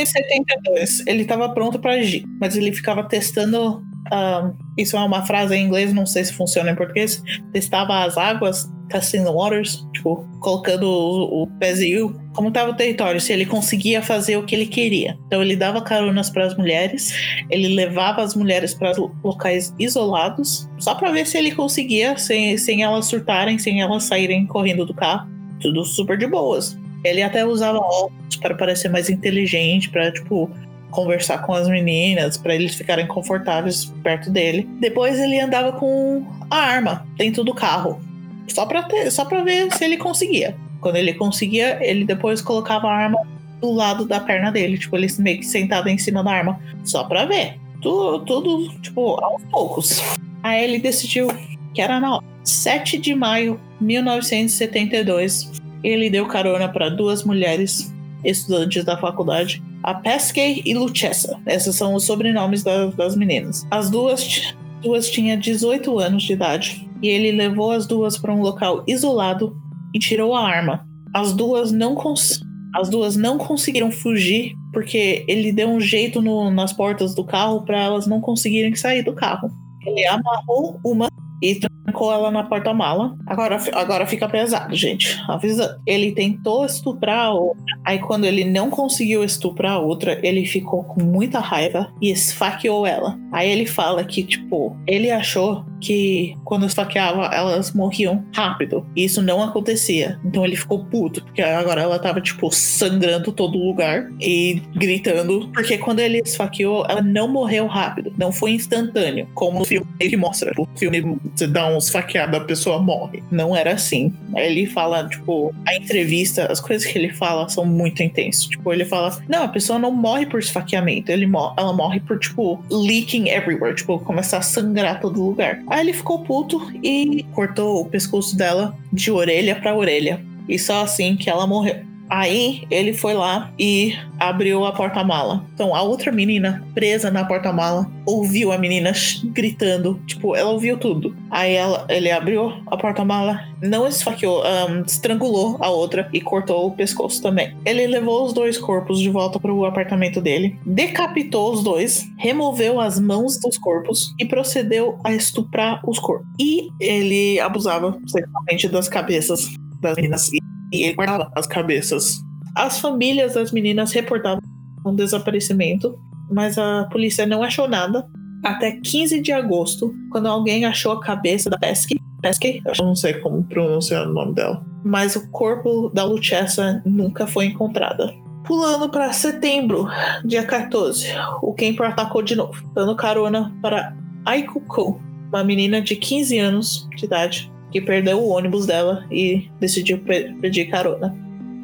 Speaker 2: 1972, ele estava pronto para agir, mas ele ficava testando. ah, isso é uma frase em inglês, não sei se funciona em português. Testava as águas, testing the waters, tipo, colocando o, o pezinho, como estava o território, se ele conseguia fazer o que ele queria. Então ele dava caronas para as mulheres, ele levava as mulheres para locais isolados, só para ver se ele conseguia, sem, sem elas surtarem, sem elas saírem correndo do carro. Tudo super de boas. Ele até usava óculos para parecer mais inteligente, para tipo conversar com as meninas, para eles ficarem confortáveis perto dele. Depois ele andava com a arma dentro do carro, só para só para ver se ele conseguia. Quando ele conseguia, ele depois colocava a arma do lado da perna dele, tipo ele meio que sentado em cima da arma, só para ver. Tudo, tudo tipo aos poucos. Aí ele decidiu que era na hora. 7 de maio de 1972, ele deu carona para duas mulheres estudantes da faculdade, a Pesquei e Luchessa. Esses são os sobrenomes da- das meninas. As duas, ti- duas tinham 18 anos de idade e ele levou as duas para um local isolado e tirou a arma. As duas não cons as duas não conseguiram fugir porque ele deu um jeito no- nas portas do carro para elas não conseguirem sair do carro. Ele amarrou uma e trancou ela na porta-mala. Agora, agora fica pesado, gente. Avisando. Ele tentou estuprar a outra. Aí, quando ele não conseguiu estuprar a outra, ele ficou com muita raiva e esfaqueou ela. Aí ele fala que, tipo, ele achou que quando esfaqueava, elas morriam rápido. E isso não acontecia. Então ele ficou puto, porque agora ela tava, tipo, sangrando todo lugar e gritando. Porque quando ele esfaqueou, ela não morreu rápido. Não foi instantâneo, como no filme que mostra. O filme, você dá um esfaqueado, a pessoa morre. Não era assim. Aí ele fala, tipo, a entrevista, as coisas que ele fala são muito intensas. Tipo, ele fala, não, a pessoa não morre por esfaqueamento. Ele mo- ela morre por, tipo, leaking everywhere. Tipo, começar a sangrar todo lugar. Aí ele ficou puto e cortou o pescoço dela de orelha pra orelha. E só assim que ela morreu. Aí ele foi lá e abriu a porta-mala. Então a outra menina, presa na porta-mala, ouviu a menina ch- gritando. Tipo, ela ouviu tudo. Aí ela, ele abriu a porta-mala, não esfaqueou, ahn, estrangulou a outra e cortou o pescoço também. Ele levou os dois corpos de volta para o apartamento dele, decapitou os dois, removeu as mãos dos corpos e procedeu a estuprar os corpos. E ele abusava sexualmente das cabeças das meninas e ele guardava as cabeças. As famílias das meninas reportavam um desaparecimento, mas a polícia não achou nada até 15 de agosto, quando alguém achou a cabeça da Pesky. Pesky? Eu não sei como pronunciar o nome dela. Mas o corpo da Luchessa nunca foi encontrada. Pulando para setembro, dia 14, o Kemper atacou de novo, dando carona para Aikuko, uma menina de 15 anos de idade que perdeu o ônibus dela e decidiu pe- pedir carona.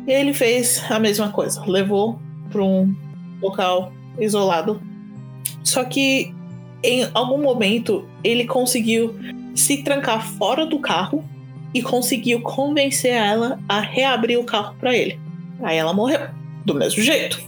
Speaker 2: E ele fez a mesma coisa, levou para um local isolado. Só que em algum momento ele conseguiu se trancar fora do carro e conseguiu convencer ela a reabrir o carro para ele. Aí ela morreu do mesmo jeito.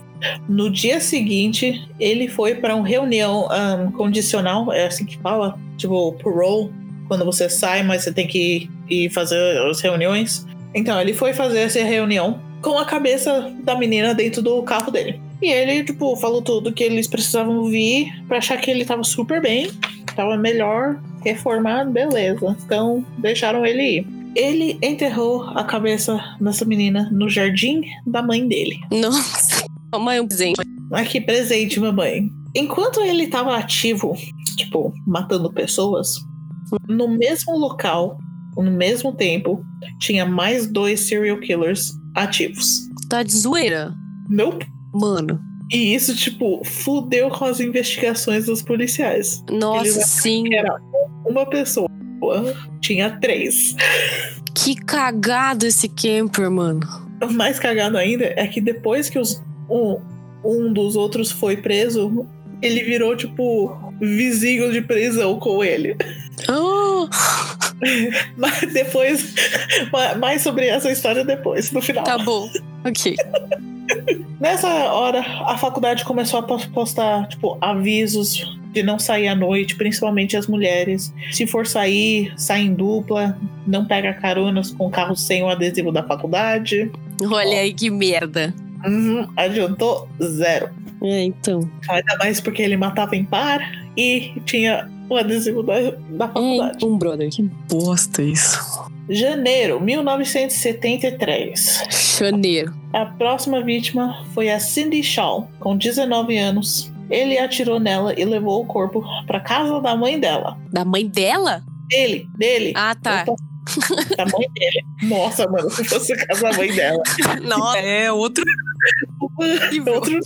Speaker 2: No dia seguinte, ele foi para uma reunião ahn, condicional, é assim que fala, tipo parole, quando você sai, mas você tem que ir fazer as reuniões. Então, ele foi fazer essa reunião com a cabeça da menina dentro do carro dele. E ele, tipo, falou tudo que eles precisavam ouvir pra achar que ele tava super bem, tava melhor, reformado, beleza. Então, deixaram ele ir. Ele enterrou a cabeça dessa menina no jardim da mãe dele.
Speaker 1: Nossa. Mãe, um presente.
Speaker 2: Aqui presente, mamãe. Enquanto ele estava ativo, tipo, matando pessoas, no mesmo local, no mesmo tempo, tinha mais dois serial killers ativos.
Speaker 1: Tá de zoeira.
Speaker 2: Nope.
Speaker 1: Mano.
Speaker 2: E isso, tipo, fudeu com as investigações dos policiais. Ele
Speaker 1: Nossa,
Speaker 2: vai-
Speaker 1: sim.
Speaker 2: Era uma pessoa, tinha três.
Speaker 1: Que cagado esse camper, mano.
Speaker 2: O mais cagado ainda é que depois que os- um, um dos outros foi preso, ele virou, tipo, vizinho de prisão com ele.
Speaker 1: Ah,
Speaker 2: Mas depois, ma- mais sobre essa história depois, no final.
Speaker 1: tá bom. Ok.
Speaker 2: Nessa hora, a faculdade começou a pos- postar, tipo, avisos de não sair à noite, principalmente as mulheres. Se for sair, sai em dupla, não pega caronas com carro sem o adesivo da faculdade.
Speaker 1: Olha aí que merda.
Speaker 2: Uhum, adiantou zero.
Speaker 1: É, então.
Speaker 2: Ainda mais porque ele matava em par e tinha o adesivo da, da faculdade.
Speaker 1: um brother, que bosta isso.
Speaker 2: Janeiro 1973.
Speaker 1: Janeiro.
Speaker 2: A próxima vítima foi a Cindy Shaw, com 19 anos. Ele atirou nela e levou o corpo para casa da mãe dela.
Speaker 1: Da mãe dela?
Speaker 2: Dele, dele.
Speaker 1: Ah, tá.
Speaker 2: Opa. Da mãe dele. Nossa, mano, se fosse a casa da mãe dela.
Speaker 1: Nossa. É, outro nível.
Speaker 2: Outro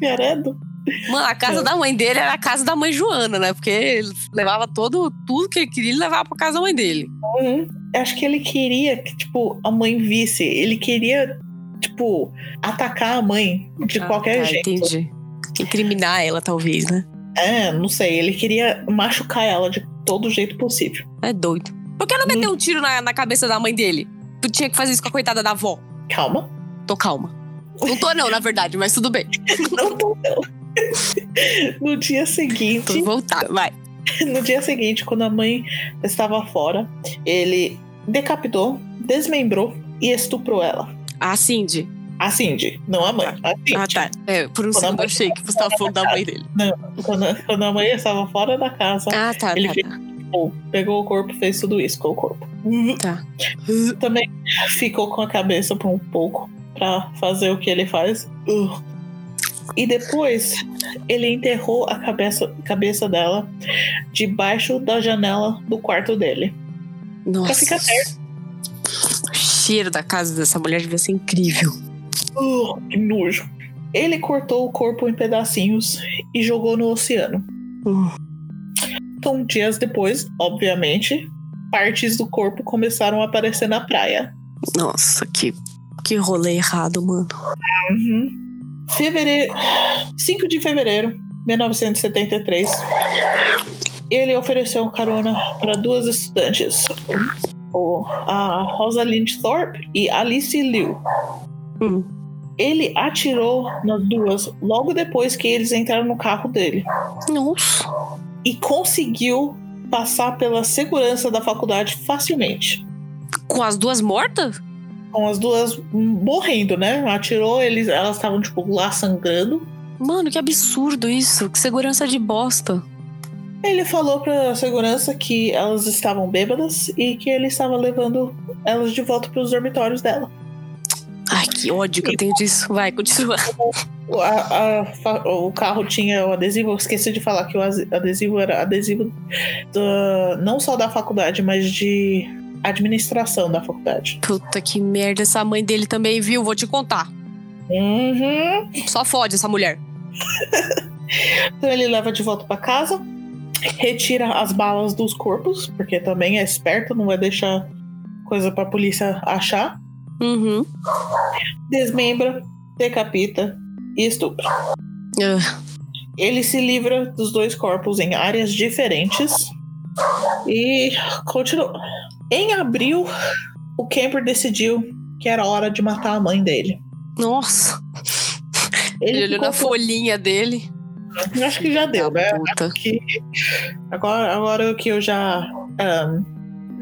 Speaker 2: credo.
Speaker 1: Mano, a casa da mãe dele era a casa da mãe Joana, né? Porque ele levava todo, tudo que ele queria, ele levava pra casa da mãe dele.
Speaker 2: Uhum. Acho que ele queria que, tipo, a mãe visse. Ele queria, tipo, atacar a mãe de
Speaker 1: Ah,
Speaker 2: qualquer
Speaker 1: tá,
Speaker 2: jeito.
Speaker 1: Entendi. Incriminar ela, talvez, né?
Speaker 2: É, não sei. Ele queria machucar ela de todo jeito possível.
Speaker 1: É doido. Por que não
Speaker 2: Hum.
Speaker 1: meteu um tiro na, na cabeça da mãe dele? Tu tinha que fazer isso com a coitada da avó.
Speaker 2: Calma.
Speaker 1: Tô calma. Não tô, não, na verdade, mas tudo bem.
Speaker 2: Não tô, não. No dia seguinte.
Speaker 1: Tô voltada. Vai.
Speaker 2: No dia seguinte, quando a mãe estava fora, ele decapitou, desmembrou e estuprou ela.
Speaker 1: A Ah, Cindy.
Speaker 2: A Cindy, não a mãe. A Cindy.
Speaker 1: Ah, tá. É, por um
Speaker 2: Quando a
Speaker 1: segundo
Speaker 2: mãe-
Speaker 1: eu achei que você tava falando da mãe dele.
Speaker 2: Quando, quando a mãe estava fora da casa,
Speaker 1: Ah, tá,
Speaker 2: Ele
Speaker 1: tá,
Speaker 2: fez-
Speaker 1: tá.
Speaker 2: pô, pegou o corpo, fez tudo isso com o corpo.
Speaker 1: Tá.
Speaker 2: Também ficou com a cabeça por um pouco para fazer o que ele faz. Uh. E depois ele enterrou a cabeça, cabeça dela debaixo da janela do quarto dele.
Speaker 1: Nossa.
Speaker 2: ficar
Speaker 1: O cheiro da casa dessa mulher devia ser incrível.
Speaker 2: Uh, que nojo. Ele cortou o corpo em pedacinhos e jogou no oceano.
Speaker 1: Uh,
Speaker 2: Então, dias depois, obviamente, partes do corpo começaram a aparecer na praia.
Speaker 1: Nossa, que, que rolê errado, mano.
Speaker 2: Uhum. Fevereiro. 5 de fevereiro de 1973. Ele ofereceu um carona para duas estudantes, o- a Rosalind Thorpe e Alice Liu.
Speaker 1: Hum.
Speaker 2: Ele atirou nas duas logo depois que eles entraram no carro dele.
Speaker 1: Nossa.
Speaker 2: e conseguiu passar pela segurança da faculdade facilmente.
Speaker 1: Com as duas mortas?
Speaker 2: Com as duas morrendo, né? Atirou, eles, elas estavam, tipo, lá sangrando.
Speaker 1: Mano, que absurdo isso. Que segurança de bosta.
Speaker 2: Ele falou pra segurança que elas estavam bêbadas e que ele estava levando elas de volta pros dormitórios dela.
Speaker 1: Ai, que ódio que eu tenho disso. Vai, continua.
Speaker 2: O- a- a fa- o carro tinha o adesivo, eu esqueci de falar que o as- adesivo era adesivo da- não só da faculdade, mas de administração da faculdade.
Speaker 1: Puta que merda, essa mãe dele também viu, vou te contar.
Speaker 2: Uhum.
Speaker 1: Só fode essa mulher.
Speaker 2: Então ele leva de volta pra casa, retira as balas dos corpos, porque também é esperto, não vai deixar coisa pra polícia achar.
Speaker 1: Uhum.
Speaker 2: Desmembra, decapita e estupra.
Speaker 1: Ah,
Speaker 2: Ele se livra dos dois corpos em áreas diferentes e continua. Em abril, o Camper decidiu que era hora de matar a mãe dele.
Speaker 1: nossa. Ele, olhou
Speaker 2: ficou
Speaker 1: na folhinha dele.
Speaker 2: com- Acho que já deu, né?
Speaker 1: Da puta.
Speaker 2: que agora, agora que eu já ahn,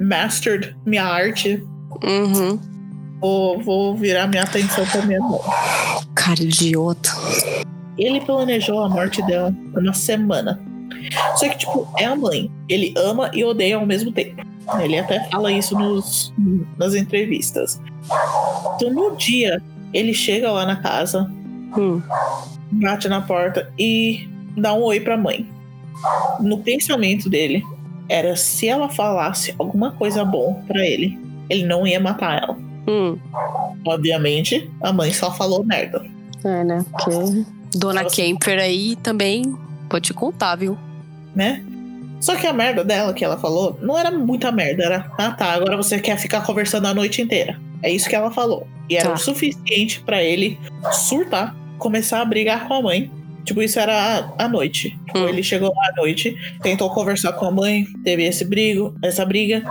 Speaker 2: mastered minha arte,
Speaker 1: Uhum.
Speaker 2: vou, vou virar minha atenção para minha mãe.
Speaker 1: Cara, idiota.
Speaker 2: Ele planejou a morte dela por uma semana. Só que, tipo, é a mãe. Ele ama e odeia ao mesmo tempo. Ele até fala isso nos, nas entrevistas. Então, no dia, ele chega lá na casa,
Speaker 1: Hum.
Speaker 2: bate na porta e dá um oi pra mãe. No pensamento dele, era se ela falasse alguma coisa bom pra ele, ele não ia matar ela.
Speaker 1: Hum.
Speaker 2: Obviamente, a mãe só falou merda.
Speaker 1: É, né? Porque Dona
Speaker 2: Nossa.
Speaker 1: Kemper aí também pode te contar, viu?
Speaker 2: né? Só que a merda dela que ela falou não era muita merda, era ah tá, agora você quer ficar conversando a noite inteira. É isso que ela falou. E era
Speaker 1: Tá.
Speaker 2: o suficiente pra ele surtar, começar a brigar com a mãe. Tipo, isso era à à noite. Tipo,
Speaker 1: Hum.
Speaker 2: Ele chegou lá à noite, tentou conversar com a mãe, teve esse brigo, essa briga,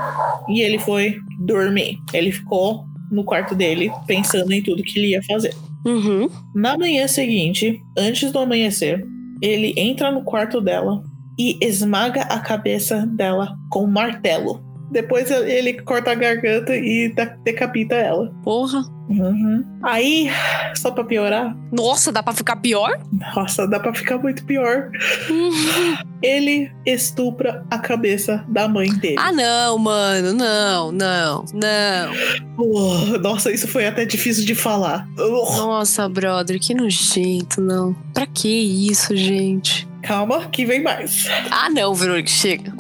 Speaker 2: e ele foi dormir. Ele ficou no quarto dele pensando em tudo que ele ia fazer.
Speaker 1: Uhum.
Speaker 2: Na manhã seguinte, antes do amanhecer, ele entra no quarto dela, e esmaga a cabeça dela com um martelo. Depois ele corta a garganta e da- decapita ela.
Speaker 1: Porra.
Speaker 2: Uhum. Aí, só pra piorar,
Speaker 1: Nossa, dá pra ficar pior?
Speaker 2: nossa, dá pra ficar muito pior. Uhum. Ele estupra a cabeça da mãe dele.
Speaker 1: ah, não, mano. Não, não, não.
Speaker 2: Oh, nossa, isso foi até difícil de falar. Oh,
Speaker 1: Nossa, brother, que nojento, não. Pra que isso, gente?
Speaker 2: calma, que vem mais.
Speaker 1: Ah, não, Verônica, chega.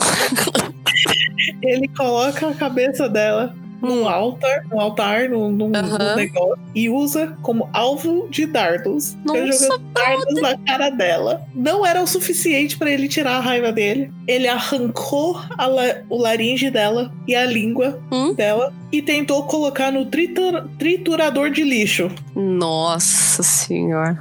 Speaker 2: Ele coloca a cabeça dela num altar, num altar, num, num- num
Speaker 1: Aham.
Speaker 2: negócio, e usa como alvo de dardos. Fica
Speaker 1: Nossa,
Speaker 2: jogando dardos na cara dela. Não era o suficiente pra ele tirar a raiva dele. Ele arrancou a la- o laringe dela e a língua
Speaker 1: Hum?
Speaker 2: dela e tentou colocar no tritura- triturador de lixo.
Speaker 1: Nossa senhora.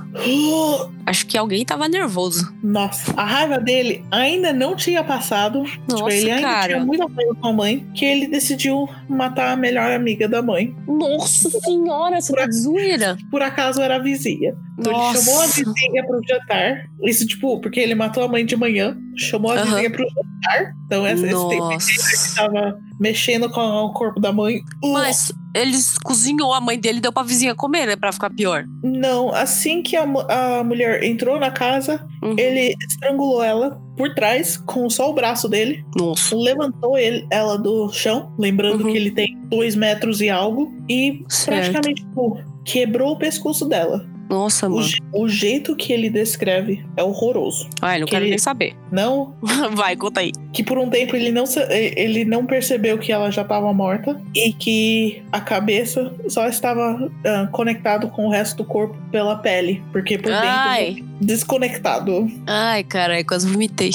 Speaker 1: Acho que alguém tava nervoso.
Speaker 2: Nossa, a raiva dele ainda não tinha passado. Tipo,
Speaker 1: Nossa,
Speaker 2: ele ainda tinha
Speaker 1: cara.
Speaker 2: muita raiva com a mãe, que ele decidiu matar a melhor amiga da mãe.
Speaker 1: Nossa senhora, você tá de zoeira.
Speaker 2: Por acaso era a vizinha. Então ele chamou a
Speaker 1: Nossa.
Speaker 2: vizinha pro jantar. Isso, tipo, porque ele matou a mãe de manhã, chamou a
Speaker 1: Aham.
Speaker 2: vizinha pro jantar. Então, essa, esse tempo que
Speaker 1: Nossa.
Speaker 2: tava mexendo com o corpo da mãe. uh,
Speaker 1: Mas eles cozinhou a mãe dele e deu pra vizinha comer, né? Pra ficar pior.
Speaker 2: Não, assim que a, mu- a mulher entrou na casa,
Speaker 1: Uhum.
Speaker 2: ele estrangulou ela por trás com só o braço dele.
Speaker 1: Nossa.
Speaker 2: levantou ele- ela do chão, lembrando
Speaker 1: Uhum.
Speaker 2: que ele tem dois metros e algo, e
Speaker 1: Certo.
Speaker 2: praticamente tipo, quebrou o pescoço dela.
Speaker 1: É. Nossa,
Speaker 2: O,
Speaker 1: mano.
Speaker 2: je- o jeito que ele descreve é horroroso.
Speaker 1: Ai, não quero
Speaker 2: Ele-
Speaker 1: nem saber.
Speaker 2: Não,
Speaker 1: Vai, conta aí.
Speaker 2: que por um tempo ele não, sa- e- ele não percebeu que ela já estava morta e que a cabeça só estava ah, conectado com o resto do corpo pela pele, porque por dentro
Speaker 1: Ai.
Speaker 2: desconectado.
Speaker 1: Ai, caralho, quase vomitei.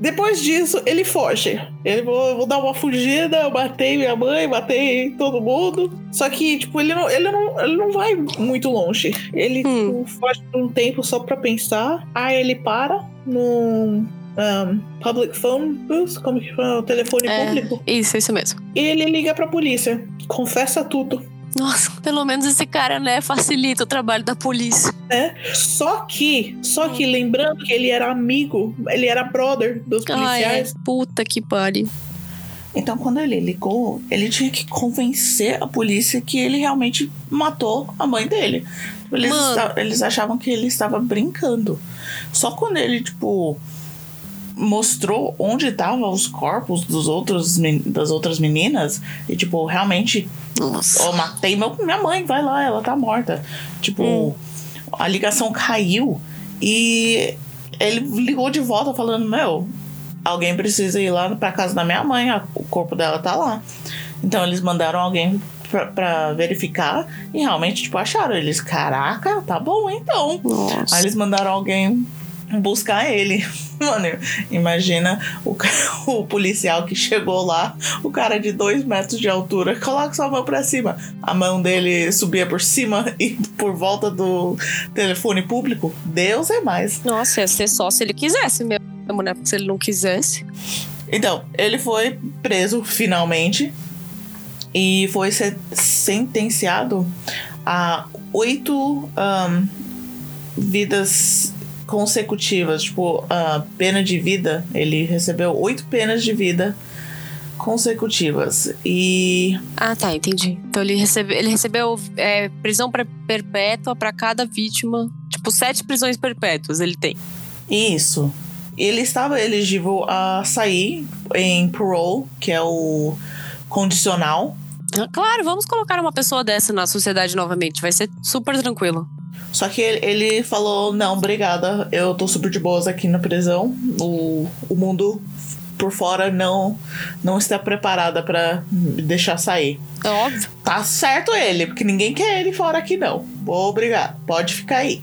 Speaker 2: Depois disso, ele foge. Ele vou, vou dar uma fugida, eu matei minha mãe, matei todo mundo. Só que, tipo, ele não, ele não, ele não vai muito longe. Ele
Speaker 1: Hum.
Speaker 2: tipo, foge por um tempo só pra pensar. Aí ele para num ahn, public phone booth, como que fala? O telefone
Speaker 1: É.
Speaker 2: público.
Speaker 1: Isso, isso mesmo.
Speaker 2: E ele liga pra polícia. Confessa tudo.
Speaker 1: Nossa, pelo menos esse cara, né, facilita o trabalho da polícia.
Speaker 2: né? Só que, só que lembrando que ele era amigo, ele era brother dos
Speaker 1: Ai, é.
Speaker 2: policiais.
Speaker 1: puta que pariu.
Speaker 2: Então, quando ele ligou, ele tinha que convencer a polícia que ele realmente matou a mãe dele. Tipo, Eles,
Speaker 1: Mano.
Speaker 2: esta- eles achavam que ele estava brincando. Só quando ele, tipo, mostrou onde estavam os corpos dos outros, men- das outras meninas, e, tipo, realmente
Speaker 1: Nossa.
Speaker 2: eu matei meu- minha mãe, vai lá, ela tá morta. Tipo,
Speaker 1: Hum.
Speaker 2: a ligação caiu e ele ligou de volta falando: Meu, alguém precisa ir lá pra casa da minha mãe, a- o corpo dela tá lá. Então eles mandaram alguém pra, pra verificar e realmente, tipo, acharam. Eles, caraca, tá bom então.
Speaker 1: Nossa.
Speaker 2: Aí eles mandaram alguém buscar ele. Mano, imagina o, ca- o policial que chegou lá, o cara de dois metros de altura, coloca sua mão pra cima. A mão dele subia por cima e por volta do telefone público. Deus é mais.
Speaker 1: Nossa, ia ser só se ele quisesse mesmo, né? Porque se ele não quisesse.
Speaker 2: Então, ele foi preso finalmente e foi se- sentenciado a oito ahn, vidas consecutivas, tipo, a pena de vida. Ele recebeu oito penas de vida consecutivas. E
Speaker 1: Ah, tá, entendi. Então ele, recebe, ele recebeu é, prisão pre- perpétua pra cada vítima. Tipo, sete prisões perpétuas ele tem.
Speaker 2: isso. Ele estava elegível a sair em parole, que é o condicional.
Speaker 1: Ah, Claro, vamos colocar uma pessoa dessa na sociedade novamente. Vai ser super tranquilo.
Speaker 2: Só que ele, ele falou: não, obrigada, eu tô super de boas aqui na prisão. O, o mundo por fora não, não está preparada pra me deixar sair.
Speaker 1: É óbvio.
Speaker 2: Tá certo ele, porque ninguém quer ele fora aqui não. Obrigado, pode ficar aí.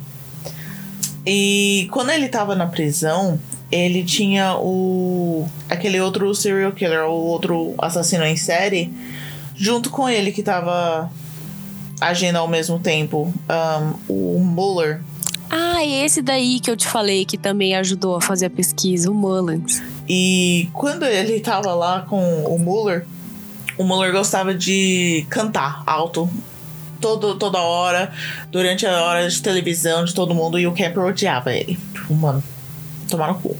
Speaker 2: E quando ele tava na prisão, ele tinha o aquele outro serial killer, o outro assassino em série, junto com ele que tava agindo ao mesmo tempo, ahn, o Muller.
Speaker 1: Ah, e esse daí que eu te falei que também ajudou a fazer a pesquisa, o Mullins.
Speaker 2: E quando ele tava lá com o Muller, o Muller gostava de cantar alto. Todo, toda hora, durante a hora de televisão de todo mundo, e o Camper odiava ele. Tipo, mano, tomar no cu.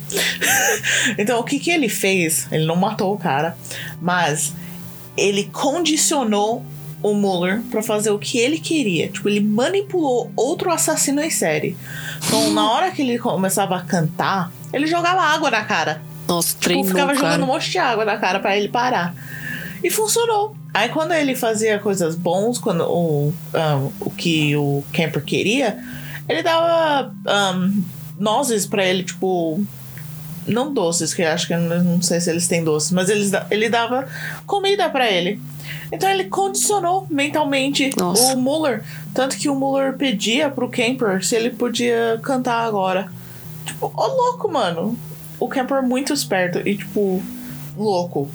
Speaker 2: então, o que, que ele fez? Ele não matou o cara, mas ele condicionou o Mueller pra fazer o que ele queria. Tipo, ele manipulou outro assassino em série. Então, na hora que ele começava a cantar, ele jogava água na cara.
Speaker 1: Nossa,
Speaker 2: Tipo,
Speaker 1: treinou,
Speaker 2: ficava
Speaker 1: cara.
Speaker 2: jogando um monte de água na cara pra ele parar. E funcionou. Aí quando ele fazia coisas bons, quando o, ahn, o que o Camper queria, ele dava ahn, nozes pra ele, tipo. Não doces, que eu acho que eu não não sei se eles têm doces, mas eles, da- ele dava comida pra ele. Então ele condicionou mentalmente
Speaker 1: Nossa.
Speaker 2: o Muller. Tanto que o Muller pedia pro Camper se ele podia cantar agora. Tipo, ô louco, mano. O Camper é muito esperto e, tipo, louco.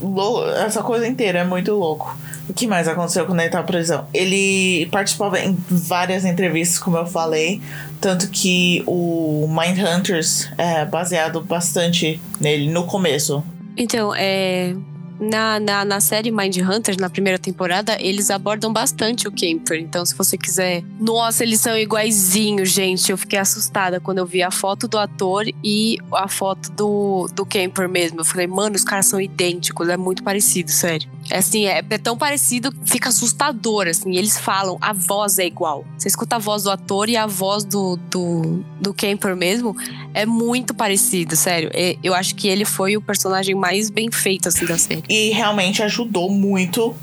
Speaker 2: Lou- Essa coisa inteira é muito louco. O que mais aconteceu quando ele tava na prisão? Ele participava em várias entrevistas, como eu falei. Tanto que o Mindhunters é baseado bastante nele no começo.
Speaker 1: Então, é. Na, na, na série Mind Hunters, na primeira temporada, eles abordam bastante o Camper. Então, se você quiser. Nossa, eles são iguaizinhos, gente. Eu fiquei assustada quando eu vi a foto do ator e a foto do, do Camper mesmo. Eu falei, mano, os caras são idênticos, é muito parecido, sério. É Assim, é, é tão parecido, que fica assustador, assim. Eles falam, a voz é igual. Você escuta a voz do ator e a voz do, do, do Camper mesmo. É muito parecido, sério. É, Eu acho que ele foi o personagem mais bem feito, assim, da série.
Speaker 2: E realmente ajudou muito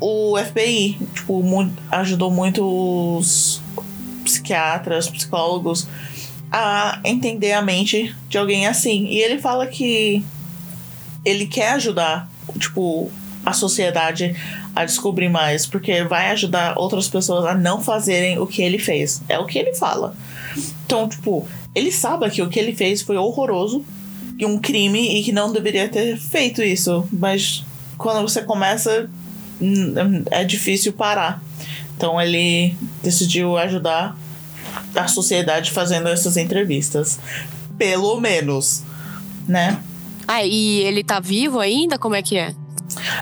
Speaker 2: o FBI. Tipo, mu- ajudou muito os psiquiatras, psicólogos a entender a mente de alguém assim. E ele fala que ele quer ajudar, tipo, a sociedade a descobrir mais, porque vai ajudar outras pessoas a não fazerem o que ele fez. É o que ele fala. Então, tipo, ele sabe que o que ele fez foi horroroso e um crime e que não deveria ter feito isso, mas quando você começa hum, hum, é difícil parar. Então ele decidiu ajudar a sociedade fazendo essas entrevistas, pelo menos, né?
Speaker 1: Ah, e ele tá vivo ainda? Como é que é?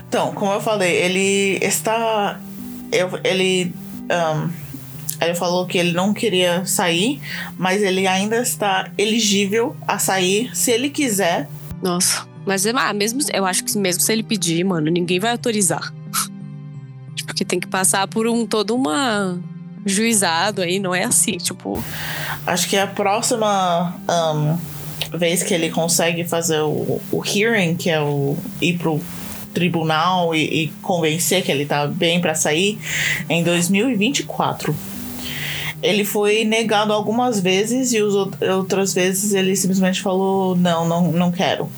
Speaker 2: Então, como eu falei, ele está. eu- ele. ahn, ele falou que ele não queria sair, mas ele ainda está elegível a sair se ele quiser.
Speaker 1: Nossa. Mas ah, mesmo, eu acho que mesmo se ele pedir, mano, ninguém vai autorizar. Porque tem que passar por um todo uma juizado aí, não é assim, tipo.
Speaker 2: Acho que a próxima ahn, vez que ele consegue fazer o, o hearing, que é o ir pro tribunal e, e convencer que ele tá bem pra sair, é em 2024. Ele foi negado algumas vezes e os out- outras vezes ele simplesmente falou: não, não, não quero.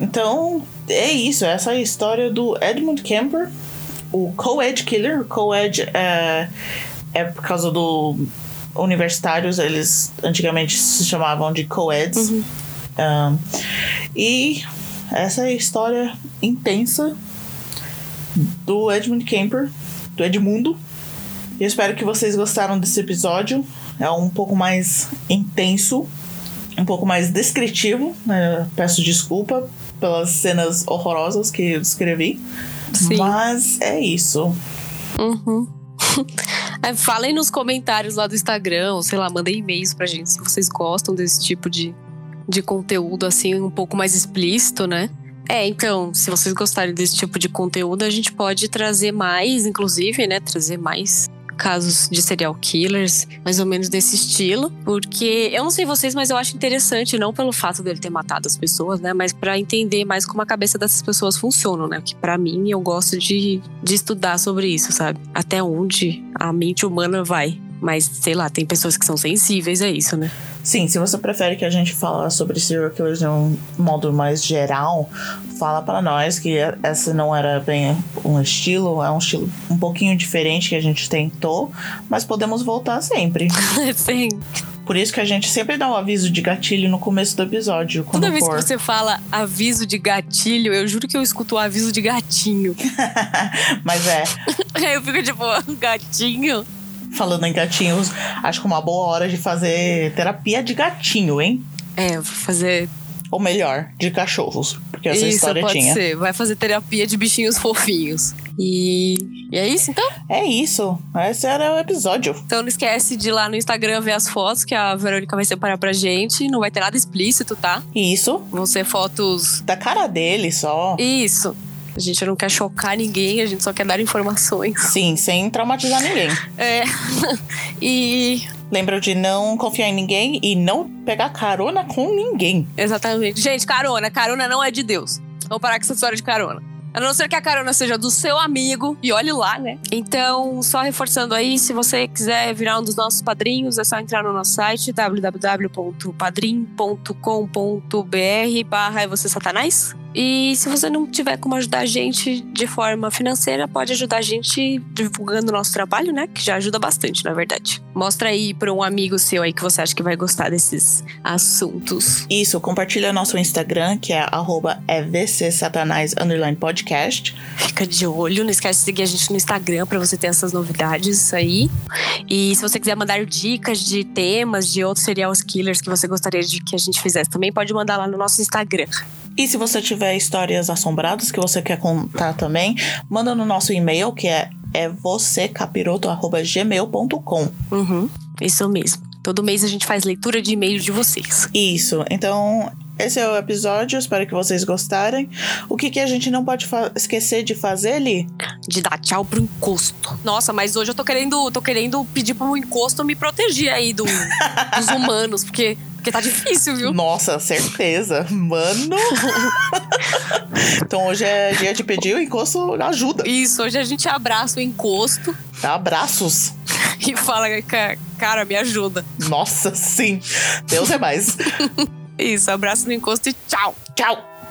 Speaker 2: Então é isso, essa é a história do Edmund Kemper, o co-ed killer. O co-ed é, é por causa do universitários, eles antigamente se chamavam de co-eds. Ahn, Ah, e essa é a história intensa do Edmund Kemper, do Edmundo. Eu espero que vocês gostaram desse episódio. É um pouco mais intenso, um pouco mais descritivo. né? Peço desculpa pelas cenas horrorosas que eu descrevi.
Speaker 1: Sim.
Speaker 2: Mas é isso.
Speaker 1: Uhum. É, falem nos comentários lá do Instagram, ou sei lá, mandem e-mails pra gente se vocês gostam desse tipo de, de conteúdo assim, um pouco mais explícito, né? É, então, se vocês gostarem desse tipo de conteúdo, a gente pode trazer mais, inclusive, né? Trazer mais casos de serial killers, mais ou menos desse estilo, porque eu não sei vocês, mas eu acho interessante, não pelo fato dele ter matado as pessoas, né, mas pra entender mais como a cabeça dessas pessoas funciona, né, que pra mim eu gosto de, de estudar sobre isso, sabe, até onde a mente humana vai. Mas, sei lá, tem pessoas que são sensíveis a isso, né?
Speaker 2: Sim, se você prefere que a gente fale sobre serial killers de um modo mais geral, fala pra nós que essa não era bem um estilo, é um estilo um pouquinho diferente que a gente tentou, mas podemos voltar sempre.
Speaker 1: Sim.
Speaker 2: Por isso que a gente sempre dá um aviso de gatilho no começo do episódio, quando
Speaker 1: Toda vez
Speaker 2: for.
Speaker 1: que você fala aviso de gatilho, eu juro que eu escuto o aviso de gatinho.
Speaker 2: mas é,
Speaker 1: Aí eu fico tipo, gatinho?
Speaker 2: falando em gatinhos, acho que é uma boa hora de fazer terapia de gatinho, hein?
Speaker 1: É, vou fazer
Speaker 2: Ou melhor, de cachorros. Porque essa
Speaker 1: isso,
Speaker 2: história
Speaker 1: pode
Speaker 2: tinha.
Speaker 1: ser. Vai fazer terapia de bichinhos fofinhos. E, e é isso, então?
Speaker 2: É isso. Esse era o episódio.
Speaker 1: Então não esquece de ir lá no Instagram ver as fotos que a Verônica vai separar pra gente. Não vai ter nada explícito, tá?
Speaker 2: E isso,
Speaker 1: Vão ser fotos.
Speaker 2: da cara dele só.
Speaker 1: Isso. A gente não quer chocar ninguém, a gente só quer dar informações.
Speaker 2: Sim, sem traumatizar ninguém.
Speaker 1: É. e.
Speaker 2: Lembra de não confiar em ninguém e não pegar carona com ninguém.
Speaker 1: Exatamente. Gente, carona. Carona não é de Deus. Vamos parar com essa história de carona. A não ser que a carona seja do seu amigo, e olhe lá, né? Então, só reforçando aí, se você quiser virar um dos nossos padrinhos, é só entrar no nosso site www.padrim.com.br barra é você satanás. E se você não tiver como ajudar a gente de forma financeira, pode ajudar a gente divulgando o nosso trabalho, né? Que já ajuda bastante, na verdade. Mostra aí para um amigo seu aí que você acha que vai gostar desses assuntos.
Speaker 2: Isso, compartilha nosso Instagram, que é arroba evcsatanás underline podcast.
Speaker 1: Fica de olho, não esquece de seguir a gente no Instagram para você ter essas novidades aí. E se você quiser mandar dicas de temas de outros serial killers que você gostaria de que a gente fizesse, também pode mandar lá no nosso Instagram.
Speaker 2: E se você tiver histórias assombradas que você quer contar também, manda no nosso e-mail, que é é vocecapiroto@gmail.com.
Speaker 1: Uhum, isso mesmo. Todo mês a gente faz leitura de e-mail de vocês.
Speaker 2: Isso. Então, esse é o episódio. Espero que vocês gostarem. O que, que a gente não pode fa- esquecer de fazer, Li?
Speaker 1: De dar tchau pro encosto. Nossa, mas hoje eu tô querendo, tô querendo pedir pro encosto me proteger aí do- dos humanos, porque, porque tá difícil, viu?
Speaker 2: Nossa, certeza. Mano. então, hoje é dia de pedir o encosto ajuda.
Speaker 1: Isso, hoje a gente abraça o encosto
Speaker 2: Dá abraços.
Speaker 1: e fala, "Ca- cara, me ajuda.
Speaker 2: Nossa, sim. Deus é mais.
Speaker 1: Isso, abraço no encosto e tchau!
Speaker 2: Tchau.